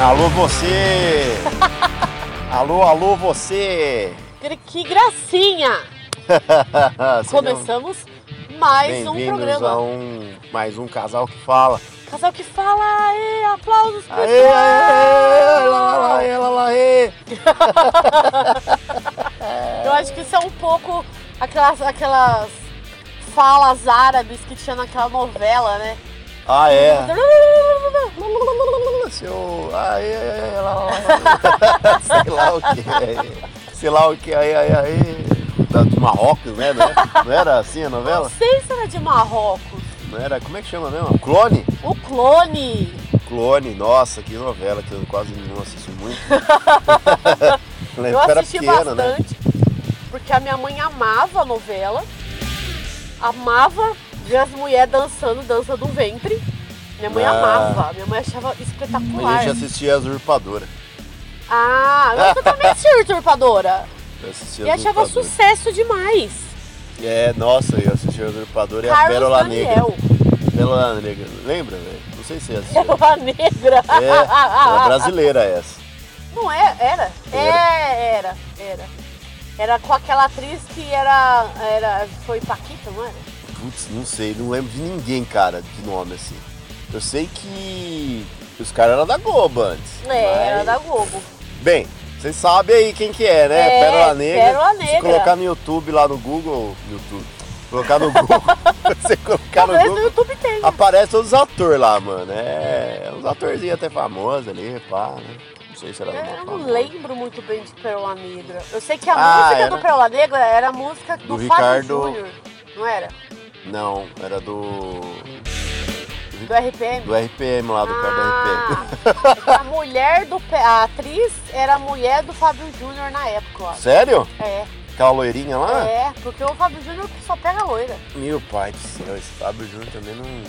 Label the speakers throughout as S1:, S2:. S1: Alô você! alô, alô você!
S2: Que gracinha! Começamos mais um
S1: Bem-vindos
S2: programa.
S1: a um, mais um casal que fala.
S2: Casal que fala, aê, aplausos pessoal!
S1: Aê, aê, aê, lá, lá, lá, aê, lá, lá, aê.
S2: Eu acho que isso é um pouco aquelas, aquelas falas árabes que tinha naquela novela, né?
S1: Ah, é. Seu, aê, aê, lá, lá, lá. Sei lá o que é. Sei lá o que é, aê, aê, aê. Da- De Marrocos, né? Não é- Não era assim a
S2: Não
S1: novela?
S2: sei se era de Marrocos.
S1: Não era, como é que chama mesmo? Clone?
S2: O clone.
S1: Clone, nossa, que novela que eu quase não assisti muito. Lembro
S2: Eu
S1: que É, era
S2: assisti
S1: pequena, né?
S2: bastante, porque a minha mãe amava a novela, amava ver as mulheres dançando dança do ventre. Minha mãe
S1: Ah.
S2: amava, minha mãe achava
S1: A
S2: espetacular.
S1: gente assistia as Usurpadoras.
S2: Ah, mas eu também assistia Usurpadora.
S1: Eu assistia
S2: E
S1: as
S2: achava
S1: Usurpadoras.
S2: sucesso demais.
S1: É, nossa, eu assistia a Usurpadora e a
S2: Carlos
S1: Pérola Negra.
S2: Daniel,
S1: Pérola Negra, lembra, velho? Não sei se você assistiu.
S2: Pérola Negra.
S1: É, era brasileira essa.
S2: Não é, era? É, era, era. Era com aquela atriz que era, era foi Paquita, não era?
S1: Putz, não sei, não lembro de ninguém, cara, de nome assim. Eu sei que os caras eram da Globo antes.
S2: É, era
S1: mas-
S2: da Globo.
S1: Bem, vocês sabem aí quem que é, né?
S2: É,
S1: Pérola Negra.
S2: Pérola
S1: Se
S2: Negra.
S1: colocar no YouTube lá no Google, YouTube. Colocar no Google, você colocar Tá no
S2: Talvez no
S1: Google,
S2: YouTube tenha.
S1: aparece os atores lá, mano. É, uns atorzinhos até famosos ali, pá, né? Não sei se era
S2: Eu
S1: uma
S2: É, não
S1: famosa.
S2: lembro muito bem de Pérola Negra. Eu sei que a
S1: Ah,
S2: música
S1: era.
S2: do Pérola Negra era a música do,
S1: Do
S2: Fábio
S1: Ricardo-
S2: Júnior, não era?
S1: Não, era do.
S2: Do RPM.
S1: Do RPM lá, do cara do RPM.
S2: Ah, a mulher do Pé- a atriz era a mulher do Fábio Júnior na época, ó.
S1: Sério?
S2: É,
S1: Aquela loirinha lá?
S2: é, porque o Fábio Júnior só pega loira.
S1: Meu pai do céu, esse Fábio Júnior também não,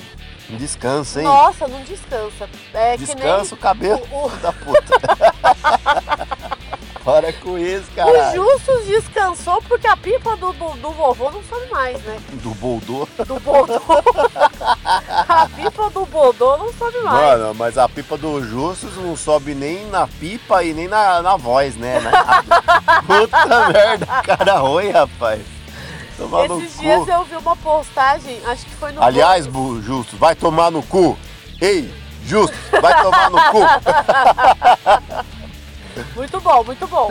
S1: não descansa, hein?
S2: Nossa, não descansa. É
S1: descansa o
S2: que nem
S1: cabelo.
S2: o, o,
S1: da puta. Para com isso,
S2: o
S1: cara.
S2: Justus descansou porque a pipa do, do, do vovô não sobe mais, né?
S1: Do Boldô.
S2: Do Bodô. a pipa do Bodô não sobe mais.
S1: Mano, mas a pipa do Justus não sobe nem na pipa e nem na, na voz, né? Na- Puta merda, cara ruim, rapaz. Tomar no
S2: Esses dias
S1: cu.
S2: eu vi uma postagem, acho que foi no.
S1: Aliás, Bu- Justus, vai tomar no cu. Ei, Justus, vai tomar no cu.
S2: Muito bom, muito bom.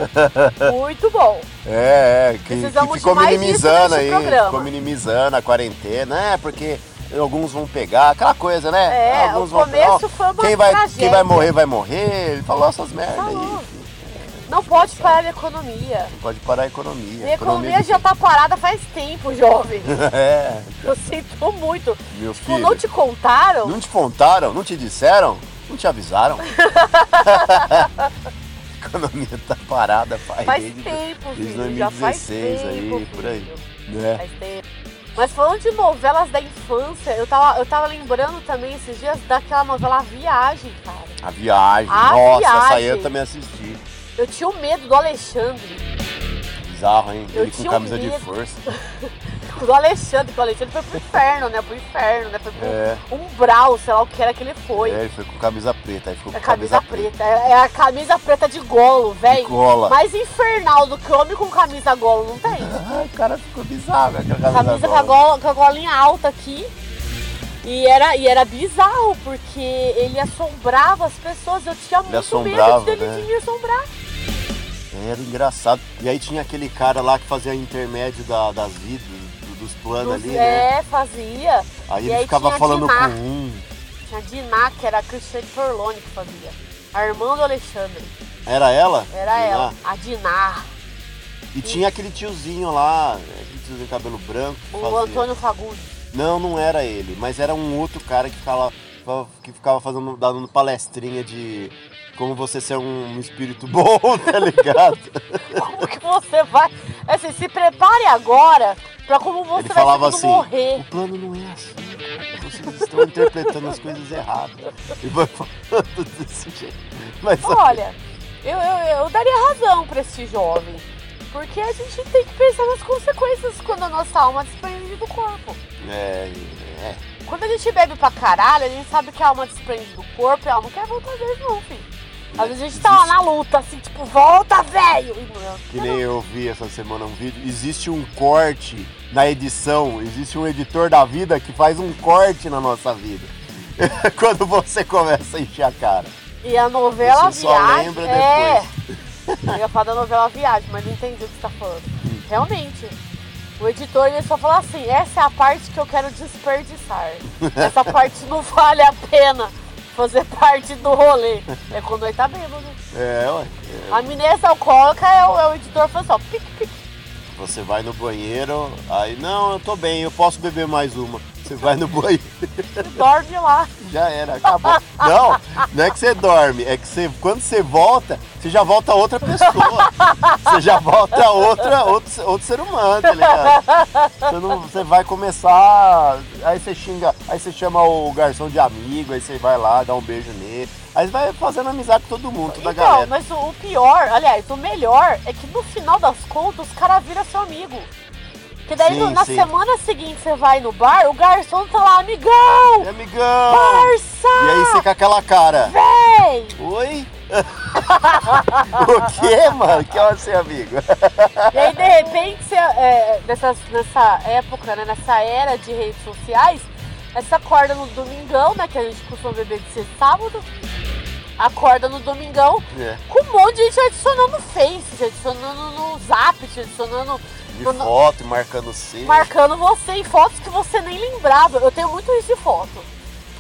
S2: muito bom.
S1: É, é, que,
S2: Precisamos
S1: que ficou
S2: de mais
S1: minimizando
S2: isso neste
S1: aí.
S2: programa.
S1: Ficou minimizando a quarentena, é, porque alguns vão pegar, aquela coisa, né?
S2: É,
S1: alguns
S2: o começo
S1: Ó,
S2: foi uma
S1: quem vai,
S2: tragédia.
S1: quem vai morrer, vai morrer. Ele falou essas merdas aí.
S2: Falou. Não pode parar a economia.
S1: Não Pode parar a economia.
S2: Minha economia
S1: do-
S2: já tá parada faz tempo, jovem.
S1: É,
S2: Eu sinto muito.
S1: meu
S2: Tipo,
S1: filho.
S2: não te contaram?
S1: Não te contaram? Não te disseram? Não te avisaram? a economia tá parada, pai.
S2: Faz
S1: desde-
S2: tempo,
S1: desde
S2: filho. Já faz
S1: 2016
S2: tempo.
S1: aí, por aí.
S2: filho.
S1: né?
S2: Faz tempo. Mas falando de novelas da infância, eu tava, eu tava lembrando também esses dias daquela novela A Viagem, cara.
S1: A viagem.
S2: A
S1: Nossa, essa aí eu
S2: viagem.
S1: também assisti.
S2: Eu tinha o medo do Alexandre.
S1: Bizarro, hein?
S2: Eu
S1: Ele com
S2: tinha um
S1: camisa de
S2: medo.
S1: força.
S2: do Alexandre, que o Alexandre foi pro inferno, né? Pro inferno, né? Foi pro
S1: É.
S2: umbral, sei lá o que era que ele foi.
S1: É, ele foi com camisa preta, aí ficou com
S2: a camisa preta. É é a camisa preta é de golo,
S1: preta.
S2: velho.
S1: Cola.
S2: Mais infernal do que homem com camisa golo, não tem?
S1: Ai, o cara ficou bizarro com aquela camisa,
S2: Camisa com a,
S1: gola.
S2: gola, com a golinha alta aqui. E era, e era bizarro, porque ele assombrava as pessoas. Eu tinha muito
S1: assombrava,
S2: medo dele
S1: né?
S2: de me assombrar.
S1: É, Era engraçado. E aí tinha aquele cara lá que fazia intermédio da- das vidas, do- dos planos
S2: Dos-
S1: ali, né?
S2: é, fazia.
S1: Aí
S2: e
S1: ele
S2: aí
S1: ficava
S2: tinha a
S1: falando
S2: Diná.
S1: com um.
S2: Tinha a Diná, que era a Cristiane Forlone que fazia. A irmã do Alexandre.
S1: Era ela?
S2: Era
S1: Diná?
S2: ela, a Diná.
S1: E tinha aquele tiozinho lá, aquele tiozinho de cabelo branco. que
S2: O
S1: fazia-
S2: Antônio Fagundes.
S1: Não, não era ele, mas era um outro cara que ficava, que ficava fazendo, dando palestrinha de como você ser um espírito bom, tá ligado?
S2: Como que você vai. Assim, se prepare agora pra como você
S1: Ele
S2: vai
S1: falava
S2: quando
S1: assim, o
S2: morrer.
S1: plano não é assim, vocês estão interpretando as coisas erradas. E vai falando desse jeito. Mas
S2: Olha, eu, eu, eu daria razão pra esse jovem. Porque a gente tem que pensar nas consequências quando a nossa alma desprende do corpo.
S1: é, é,
S2: Quando a gente bebe pra caralho, a gente sabe que a alma desprende do corpo e a alma não quer voltar dele, não, filho. Às vezes a gente tá lá na luta, assim, tipo, volta, velho! E não,
S1: Que nem eu vi essa semana um vídeo. Existe um corte na edição, existe um editor da vida que faz um corte na nossa vida. Quando você começa a encher a cara.
S2: E a novela
S1: Você só
S2: Viagem.
S1: lembra
S2: é. Eu ia falar da novela Viagem, mas não entendi o que você tá falando. Realmente. O editor ele só fala assim: essa é a parte que eu quero desperdiçar. Essa parte não vale a pena fazer parte do rolê. É quando ele tá bêbado.
S1: É, ué.
S2: A amnésia alcoólica é o, é o editor falando só: pique, pique.
S1: Você vai no banheiro, aí, não, eu tô bem, eu posso beber mais uma. Você vai no banheiro,
S2: e dorme lá.
S1: já era, acabou. Não, não é que você dorme, é que você, quando você volta, você já volta outra pessoa. Você já volta outra, outro, outro ser humano, tá ligado? Você, não- você vai começar, aí você xinga, aí você chama o garçom de amigo, aí você vai lá, dá um beijo nele. Aí você vai fazendo amizade com todo mundo, toda a
S2: Então,
S1: galera.
S2: mas o, o pior, aliás, o melhor é que no final das contas o cara vira seu amigo. Que daí
S1: Sim,
S2: no- na
S1: sim.
S2: semana seguinte você vai no bar, o garçom tá lá, amigão!
S1: Ah, E amigão!
S2: Parça!
S1: E aí você com aquela cara.
S2: Véi!
S1: Oi? o quê, mano? Que hora você é amigo?
S2: E aí, de repente, você, é, nessa, nessa época, né, nessa era de redes sociais, essa acorda no domingão, né, que a gente costuma beber de sexta e sábado, acorda no domingão
S1: É,
S2: com um monte de gente adicionando no Face, te adicionando no Zap, te adicionando,
S1: de
S2: Quando-
S1: foto, marcando C.
S2: marcando você em fotos que você nem lembrava. Eu tenho muito isso de foto.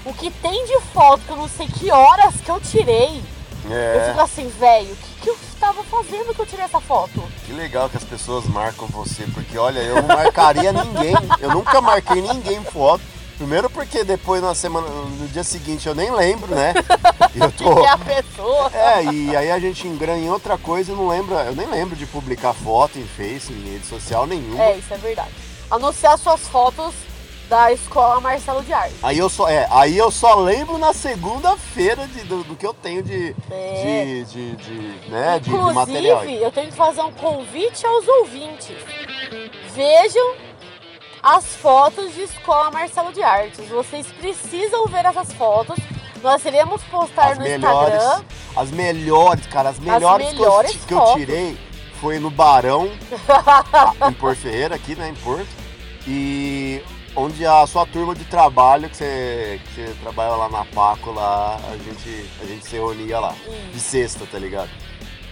S2: O que tem de foto que eu não sei que horas que eu tirei, eu
S1: É,
S2: fico assim, velho, o que, que eu estava fazendo que eu tirei essa foto?
S1: que legal que as pessoas marcam você, porque olha, eu não marcaria ninguém. Eu nunca marquei ninguém em foto. Primeiro porque depois na semana, no dia seguinte eu nem lembro, né? Eu
S2: O que
S1: tô.
S2: que é a pessoa?
S1: É, e aí a gente engranha em outra coisa e não lembra. Eu nem lembro de publicar foto em Face, em rede social nenhuma.
S2: É, isso é verdade. Anunciar suas fotos da escola Marcelo de Arte.
S1: Aí eu só, é, aí eu só lembro na segunda-feira de- do, do que eu tenho de,
S2: É.
S1: de, de, de, né, de, de material.
S2: Inclusive, eu tenho que fazer um convite aos ouvintes. Vejam as fotos de escola Marcelo de Artes. Vocês precisam ver essas fotos. Nós iremos postar
S1: As
S2: no
S1: melhores,
S2: Instagram.
S1: as melhores, cara, as melhores, que eu-
S2: melhores
S1: que, eu,
S2: fotos.
S1: tirei foi no Barão, em Porto Ferreira, aqui, né, em Porto. E onde a sua turma de trabalho, que você, que você trabalha lá na Paco, lá, a gente, a gente se reunia lá. De sexta, tá ligado?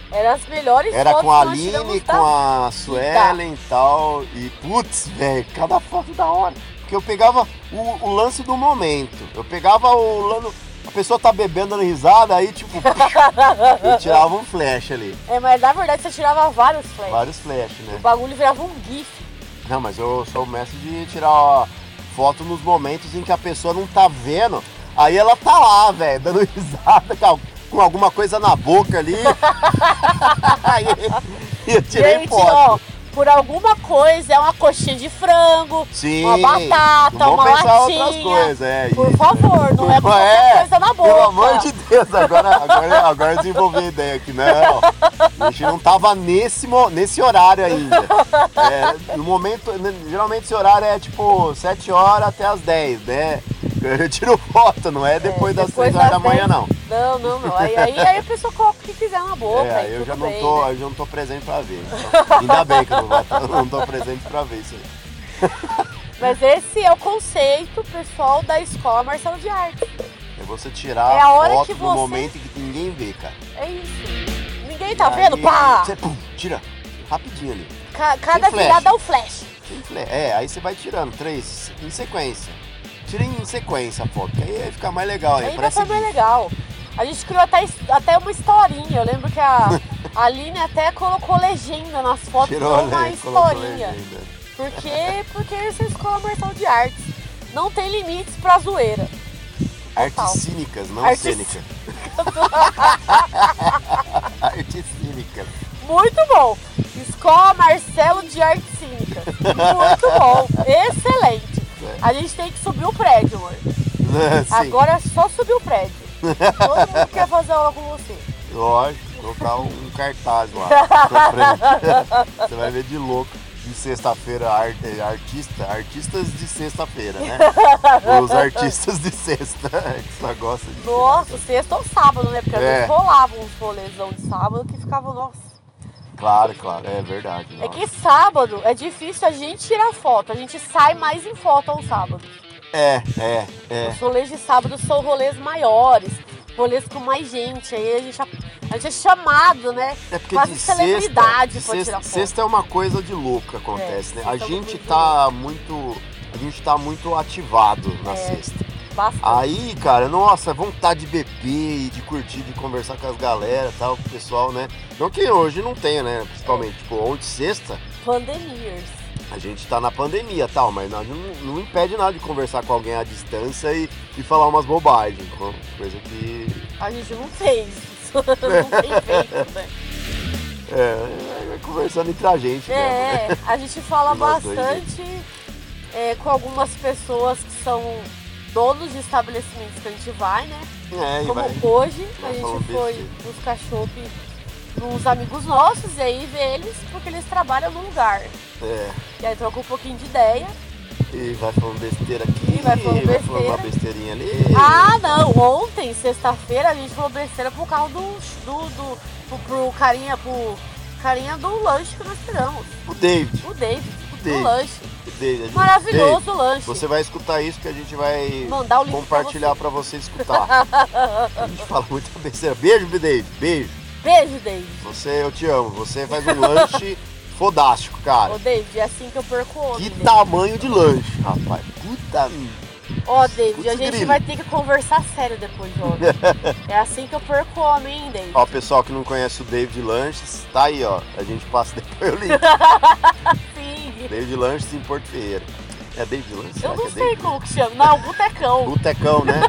S2: Eram as melhores
S1: Era
S2: fotos
S1: com a
S2: que nós
S1: Aline,
S2: tiramos
S1: com
S2: da-
S1: a Suelen e tal. E putz, velho, cada foto da hora. Porque eu pegava o, o lance do momento. Eu pegava o lano. A pessoa tá bebendo, dando risada, aí tipo. eu tirava um flash ali.
S2: É, mas na verdade você tirava vários flash.
S1: Vários flash, né?
S2: O bagulho virava um gif.
S1: Não, mas eu sou o mestre de tirar foto nos momentos em que a pessoa não tá vendo. Aí ela tá lá, velho, dando risada com al- com alguma coisa na boca ali. aí eu tirei
S2: Gente,
S1: foto.
S2: ó, por alguma coisa, é uma coxinha de frango,
S1: Sim.
S2: uma batata,
S1: não vamos
S2: uma
S1: pensar
S2: latinha.
S1: outras coisas, é.
S2: Por
S1: isso.
S2: favor, não é qualquer coisa na boca.
S1: Pelo amor de Deus, agora, agora, agora eu desenvolvi a ideia aqui. Não, a gente não tava nesse, mo- nesse horário ainda. É, no momento, geralmente esse horário é tipo 7 horas até as 10, né? Eu tiro foto, não é depois das
S2: depois
S1: 3 horas da
S2: das
S1: manhã,
S2: 10.
S1: não.
S2: Não, não, não. Aí, aí, aí a pessoa coloca o que quiser na boca.
S1: É,
S2: aí
S1: eu
S2: tudo
S1: já não
S2: bem,
S1: tô,
S2: né?
S1: eu já não tô presente pra ver. Então, ainda bem que eu não, vou, não tô presente pra ver isso aí.
S2: Mas esse é o conceito pessoal da escola Marcelo de Arte.
S1: É você tirar
S2: É a hora
S1: foto
S2: que
S1: no
S2: você-
S1: momento em que ninguém vê, cara.
S2: É isso. Ninguém tá
S1: Aí,
S2: vendo? Pá!
S1: Você, pum, tira. Rapidinho ali.
S2: Ca- cada
S1: tem flash.
S2: virada é um flash.
S1: Tem fle- É, aí você vai tirando três em sequência. Tira em sequência a foto, que aí vai ficar mais legal. Aí
S2: Ainda foi
S1: parece
S2: mais tá legal. A gente criou até, his- até uma historinha. Eu lembro que a a Aline até colocou legenda nas fotos,
S1: tirou
S2: não uma
S1: né, colocou
S2: historinha.
S1: legenda.
S2: Porque, porque essa é a escola marcial de artes não tem limites pra zoeira.
S1: Artes cínicas, não
S2: Artes
S1: cênica. Artes cínicas.
S2: Muito bom! Escola Marcelo de Arte Cínica. Muito bom! Excelente! A gente tem que subir o prédio, amor.
S1: Sim,
S2: Agora é só subir o prédio. Todo mundo quer fazer aula com você.
S1: lógico, colocar um cartaz lá. na sua frente. você vai ver de louco. de sexta-feira, ar- eh, artista, artistas de sexta-feira, né? Os artistas de sexta, que só gostam de
S2: Nossa, sexta ou sábado, né? Porque às
S1: É.
S2: vezes rolavam uns rolezão de sábado que ficavam, nossa.
S1: Claro, claro, é verdade.
S2: É
S1: nossa.
S2: que sábado é difícil a gente tirar foto. A gente sai mais em foto ao sábado.
S1: É, é, é.
S2: Os rolês de sábado são rolês maiores, rolês com mais gente. Aí a gente, a gente é chamado, né?
S1: É porque
S2: Quase
S1: de
S2: celebridade
S1: sexta, de
S2: pra
S1: sexta,
S2: tirar foto.
S1: sexta é uma coisa de louco que acontece,
S2: É,
S1: né?
S2: sexta
S1: A
S2: é
S1: gente
S2: muito
S1: tá muito, a gente tá muito ativado na
S2: É.
S1: sexta.
S2: Bastante.
S1: Aí, cara, nossa, é vontade de beber e de curtir, de conversar com as galera, tal, com o pessoal, né? Não que hoje não tenha, né? Principalmente, tipo, ontem sexta,
S2: Pandemias.
S1: a gente tá na pandemia, tal, mas nós não, não impede nada de conversar com alguém à distância e, e falar umas bobagens, co- coisa que
S2: A gente não fez. não tem feito, né?
S1: é, é conversando entre a gente, né?
S2: É, a gente fala
S1: Nós dois, né?
S2: bastante é, com algumas pessoas que são donos de estabelecimentos que a gente vai, né?
S1: É, e
S2: Como
S1: vai.
S2: hoje,
S1: vai
S2: a gente
S1: falando
S2: foi
S1: besteira.
S2: buscar chopp nos amigos nossos e aí vê eles, porque eles trabalham no lugar.
S1: É,
S2: E aí troca um pouquinho de ideia.
S1: e vai falando besteira aqui,
S2: E vai falando
S1: vai falando uma
S2: besteira.
S1: besteirinha ali.
S2: Ah, não, ontem, sexta-feira, a gente falou besteira pro carro do. do, do pro, pro carinha, pro carinha do lanche que nós tiramos.
S1: O David,
S2: O David,
S1: o
S2: do
S1: David.
S2: lanche.
S1: o David, a gente- David,
S2: Maravilhoso o lanche.
S1: Você vai escutar isso que a gente vai
S2: Mandar o link pra
S1: compartilhar pra você. escutar. a gente fala muita besteira. Beijo, Bidei. Beijo.
S2: Beijo, David.
S1: Você, eu te amo. Você faz um lanche fodástico,
S2: Ô,
S1: cara.
S2: David, é assim que eu perco o homem.
S1: Que
S2: David.
S1: tamanho de lanche, rapaz. Puta merda.
S2: Ó, David, a
S1: Putz,
S2: gente
S1: grilo.
S2: vai ter que conversar sério depois, homem. é assim que eu perco o homem, hein, David.
S1: Ó, pessoal que não conhece o David Lanches, tá aí, ó. A gente passa depois o link.
S2: Sim.
S1: David Lanches em Porto Ferreira. É David Lanches? Será
S2: Eu não
S1: que é David
S2: sei como que chama. Não, botecão.
S1: Botecão, né?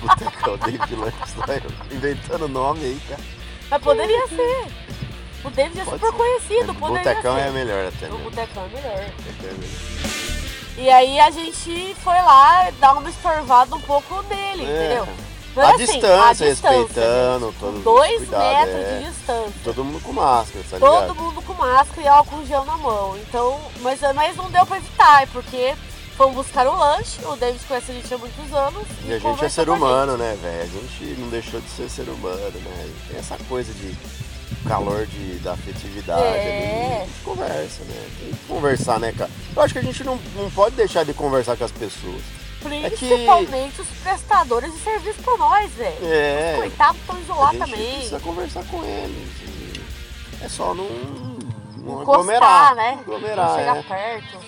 S1: Botecão, David Lanches. tá aí, Inventando nome aí, cara.
S2: Mas poderia ser. O David é
S1: Pode
S2: super
S1: ser.
S2: conhecido, poderia
S1: Botecão
S2: ser.
S1: é melhor até.
S2: O
S1: Né?
S2: botecão é melhor.
S1: Botecão é melhor.
S2: E aí a gente foi lá dar uma estorvada um pouco nele,
S1: É.
S2: entendeu?
S1: A
S2: assim,
S1: distância,
S2: à distância,
S1: respeitando
S2: gente,
S1: todos
S2: com
S1: os
S2: dois
S1: cuidados,
S2: metros
S1: é.
S2: de distância.
S1: Todo mundo com máscara, tá
S2: Todo
S1: ligado?
S2: mundo com máscara e álcool gel na mão. Então, mas, mas não deu pra evitar, é porque fomos buscar o lanche, o David conhece a gente há muitos anos.
S1: E a gente é
S2: conversou
S1: ser
S2: com a
S1: humano, né, velho? A gente não deixou de ser ser humano, né? E Tem essa coisa de calor de, da afetividade
S2: É.
S1: ali. A gente conversa, né? Tem que conversar, né, cara? Eu acho que a gente não, não pode deixar de conversar com as pessoas.
S2: gente,
S1: É que-
S2: Principalmente os prestadores de serviço pra nós, velho.
S1: É.
S2: Coitado, estão
S1: A
S2: isolados
S1: gente
S2: também.
S1: precisa conversar com eles. E É só não. não
S2: Encostar,
S1: aglomerar,
S2: né?
S1: Aglomerar,
S2: Não chegar
S1: é.
S2: perto.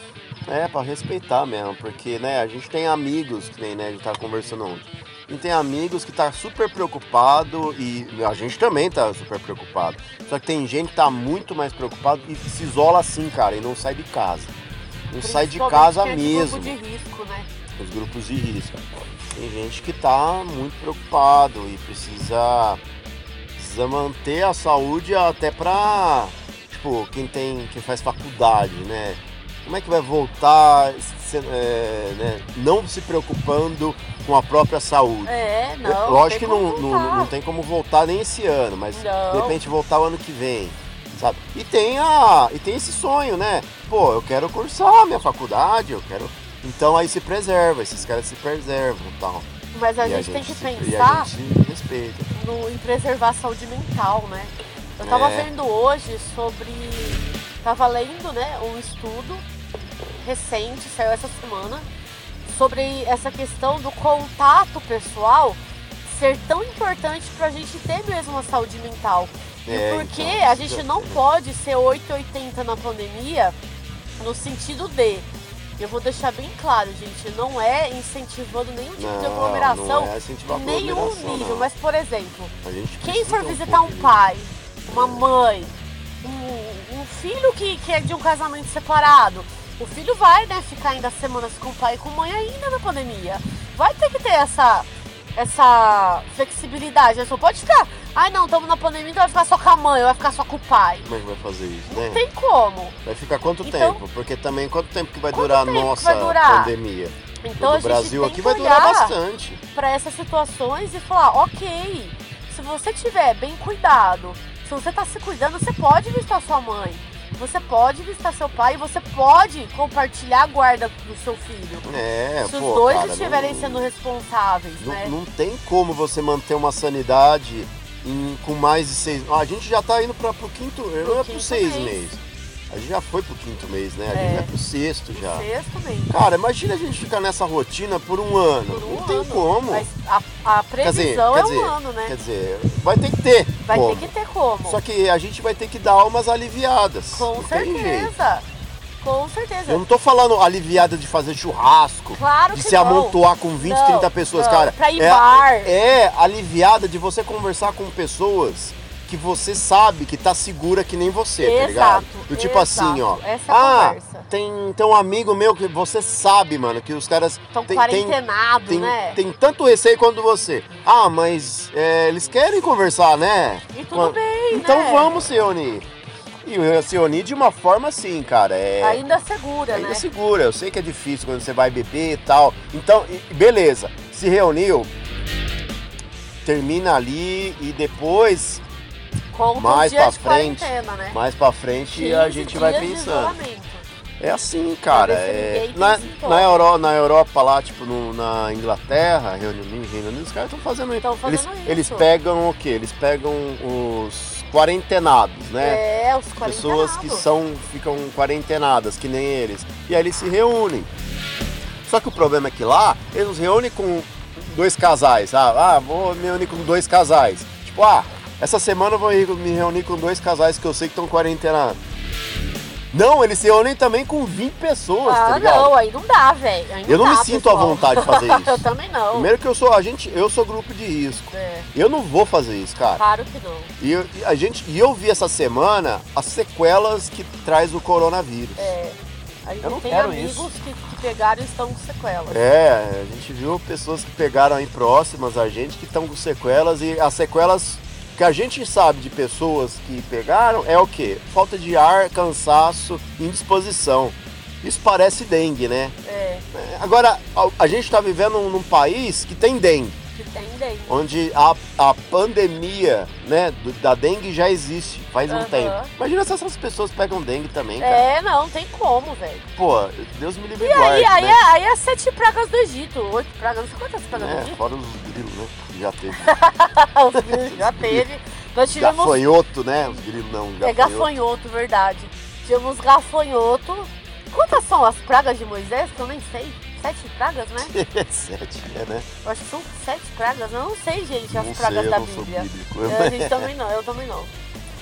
S1: É, pra respeitar mesmo, porque, né, a gente tem amigos, que nem, né, a gente tava conversando ontem. A gente tem amigos que tá super preocupado e a gente também tá super preocupado. Só que tem gente que tá muito mais preocupado e se isola assim, cara, e não sai de casa. Não sai de
S2: Principalmente
S1: casa
S2: quem é de
S1: mesmo,
S2: Grupo de risco, né?
S1: os grupos de risco. Tem gente que tá muito preocupado e precisa, precisa manter a saúde até pra, tipo, quem tem, quem faz faculdade, né? Como é que vai voltar se- é, né, não se preocupando com a própria saúde?
S2: É, não.
S1: Lógico que
S2: tem como
S1: não, não,
S2: voltar.
S1: não tem como voltar nem esse ano, mas
S2: Não.
S1: de repente voltar o ano que vem, sabe? E tem, a, e tem esse sonho, né? Pô, eu quero cursar minha faculdade, eu quero. Então aí se preserva, esses caras se preservam e tal.
S2: Mas Então a,
S1: e
S2: gente, tem que
S1: se-
S2: pensar.
S1: E a gente respeita.
S2: no, em preservar a saúde mental, né? Eu tava
S1: É.
S2: vendo hoje sobre. Tava lendo, né, um estudo recente, saiu essa semana, sobre essa questão do contato pessoal ser tão importante pra gente ter mesmo a saúde mental.
S1: É,
S2: e porque
S1: então,
S2: a gente não
S1: precisa-
S2: pode ser 880 na pandemia no sentido de. Eu vou deixar bem claro, gente, não é incentivando nenhum tipo de
S1: Não,
S2: aglomeração
S1: não é incentivar a
S2: em nenhum
S1: aglomeração,
S2: nível,
S1: não.
S2: mas por exemplo,
S1: A gente
S2: quem
S1: precisa
S2: for
S1: um
S2: visitar um
S1: pouquinho.
S2: pai, uma mãe, um, um filho que, que é de um casamento separado, o filho vai né, ficar ainda semanas com o pai e com a mãe ainda na pandemia. Vai ter que ter essa, essa flexibilidade. né? Só pode ficar. Ai não, estamos na pandemia, então vai ficar só com a mãe, vai ficar só com o pai.
S1: Como é que vai fazer isso,
S2: Não
S1: né?
S2: tem como.
S1: Vai ficar quanto
S2: Então-
S1: tempo? Porque também quanto tempo que vai
S2: Quanto
S1: durar a
S2: tempo que
S1: nossa
S2: vai durar?
S1: pandemia?
S2: Então a
S1: no
S2: gente
S1: Brasil
S2: tem
S1: aqui
S2: que
S1: vai
S2: olhar
S1: durar bastante.
S2: para essas situações e falar, ok, se você tiver bem cuidado, se você tá se cuidando, você pode visitar sua mãe. Você pode visitar seu pai e você pode compartilhar a guarda do seu filho.
S1: É,
S2: Se os
S1: pô,
S2: dois
S1: cara,
S2: estiverem
S1: não-
S2: sendo responsáveis,
S1: Não,
S2: né?
S1: não tem como você manter uma sanidade em- com mais de seis. Ah, a gente já tá indo para pro quinto. Eu
S2: Pro
S1: não é pro
S2: quinto
S1: seis
S2: mês.
S1: meses. A gente já foi pro quinto mês, né? A
S2: É.
S1: gente já é pro sexto já.
S2: Sexto mês.
S1: Cara, imagina a gente ficar nessa rotina por um ano.
S2: Por um
S1: não tem
S2: ano.
S1: como.
S2: Mas a, a
S1: Quer
S2: previsão
S1: dizer,
S2: é
S1: quer
S2: um
S1: dizer,
S2: ano, né?
S1: Quer dizer, vai ter que ter.
S2: Vai
S1: como.
S2: ter que ter como.
S1: Só que a gente vai ter que dar umas aliviadas.
S2: Com
S1: não Tem jeito.
S2: certeza. Com certeza.
S1: Eu não tô falando aliviada de fazer churrasco,
S2: Claro
S1: de
S2: que
S1: se
S2: não.
S1: amontoar com 20,
S2: Não,
S1: 30 pessoas,
S2: não.
S1: cara.
S2: Pra ir
S1: é,
S2: bar.
S1: é aliviada de você conversar com pessoas que você sabe que tá segura que nem você, tá ligado?
S2: Exato,
S1: Do tipo
S2: exato.
S1: assim, ó.
S2: Essa é a
S1: ah,
S2: conversa.
S1: tem, tem um amigo meu que você sabe, mano, que os caras
S2: Estão
S1: tem- tem-
S2: quarentenados,
S1: tem,
S2: né?
S1: tem tanto receio quanto você. Ah, mas é, eles querem conversar, né?
S2: E tudo
S1: Quan-
S2: bem,
S1: Então
S2: né?
S1: vamos se unir. E se unir de uma forma assim, cara. É,
S2: Ainda segura,
S1: ainda
S2: né?
S1: segura. Eu sei que é difícil quando você vai beber e tal. Então, e- beleza. Se reuniu, termina ali e depois,
S2: Conta
S1: mais
S2: um dia
S1: pra
S2: de
S1: frente,
S2: quarentena, né?
S1: mais pra frente, a
S2: 15
S1: gente vai
S2: dias de
S1: pensando.
S2: isolamento.
S1: É assim, cara.
S2: Pra ver se
S1: é-
S2: ninguém tem
S1: na,
S2: sintoma.
S1: na, Euro, na Europa, lá, tipo, no- na Inglaterra, Reino Unido, Reino Unido, os caras estão fazendo isso.
S2: Tão fazendo
S1: eles,
S2: isso.
S1: eles pegam o quê? Eles pegam os quarentenados, né?
S2: É, os
S1: Pessoas que são, ficam quarentenadas, que nem eles. E aí eles se reúnem. Só que o problema é que lá, eles nos reúnem com dois casais. Ah, ah, vou me reunir com dois casais. Tipo, ah, essa semana eu vou ir- me reunir com dois casais que eu sei que estão quarentenados. Não, eles se reúnem também com 20 pessoas, tá
S2: Ah,
S1: ligado?
S2: não, aí não dá, velho. Aí
S1: Eu não
S2: dá,
S1: me sinto
S2: pessoal.
S1: à vontade de fazer isso.
S2: eu também não.
S1: Primeiro que eu sou, a gente, eu sou grupo de risco.
S2: É,
S1: Eu não vou fazer isso, cara.
S2: claro que não.
S1: E eu, e a gente, e eu vi essa semana as sequelas que traz o coronavírus.
S2: É, a gente
S1: Eu não
S2: tem
S1: quero
S2: amigos
S1: isso.
S2: Que, que pegaram e estão com sequelas.
S1: É, a gente viu pessoas que pegaram aí próximas a gente que estão com sequelas e as sequelas que a gente sabe de pessoas que pegaram é o quê? Falta de ar, cansaço, indisposição. Isso parece dengue, né?
S2: É,
S1: É, Agora, a, a gente está vivendo num país que tem dengue,
S2: que tem dengue.
S1: onde a, a pandemia né, do- da dengue já existe faz um
S2: Aham.
S1: tempo. Imagina se essas pessoas pegam dengue também, cara.
S2: É, não, tem como, velho.
S1: Pô, Deus me livre e
S2: Aí,
S1: guarde,
S2: aí,
S1: né?
S2: aí é sete pragas do Egito, oito pragas, não sei quantas pragas do
S1: É,
S2: Egito.
S1: fora os grilos, né? que Já teve.
S2: Os grilos Já teve. Nós tivemos.
S1: Gafanhoto, né? Os grilos não,
S2: É
S1: gafanhoto.
S2: gafanhoto, verdade. Tivemos gafanhoto. Quantas são as pragas de Moisés? Que eu nem sei. Sete pragas, né?
S1: Sete, é, né?
S2: Eu acho que são sete pragas. Eu não sei, gente, as
S1: não
S2: pragas
S1: sei, eu
S2: da
S1: não sou
S2: Bíblia.
S1: bíblico.
S2: É, a gente também não, eu também não.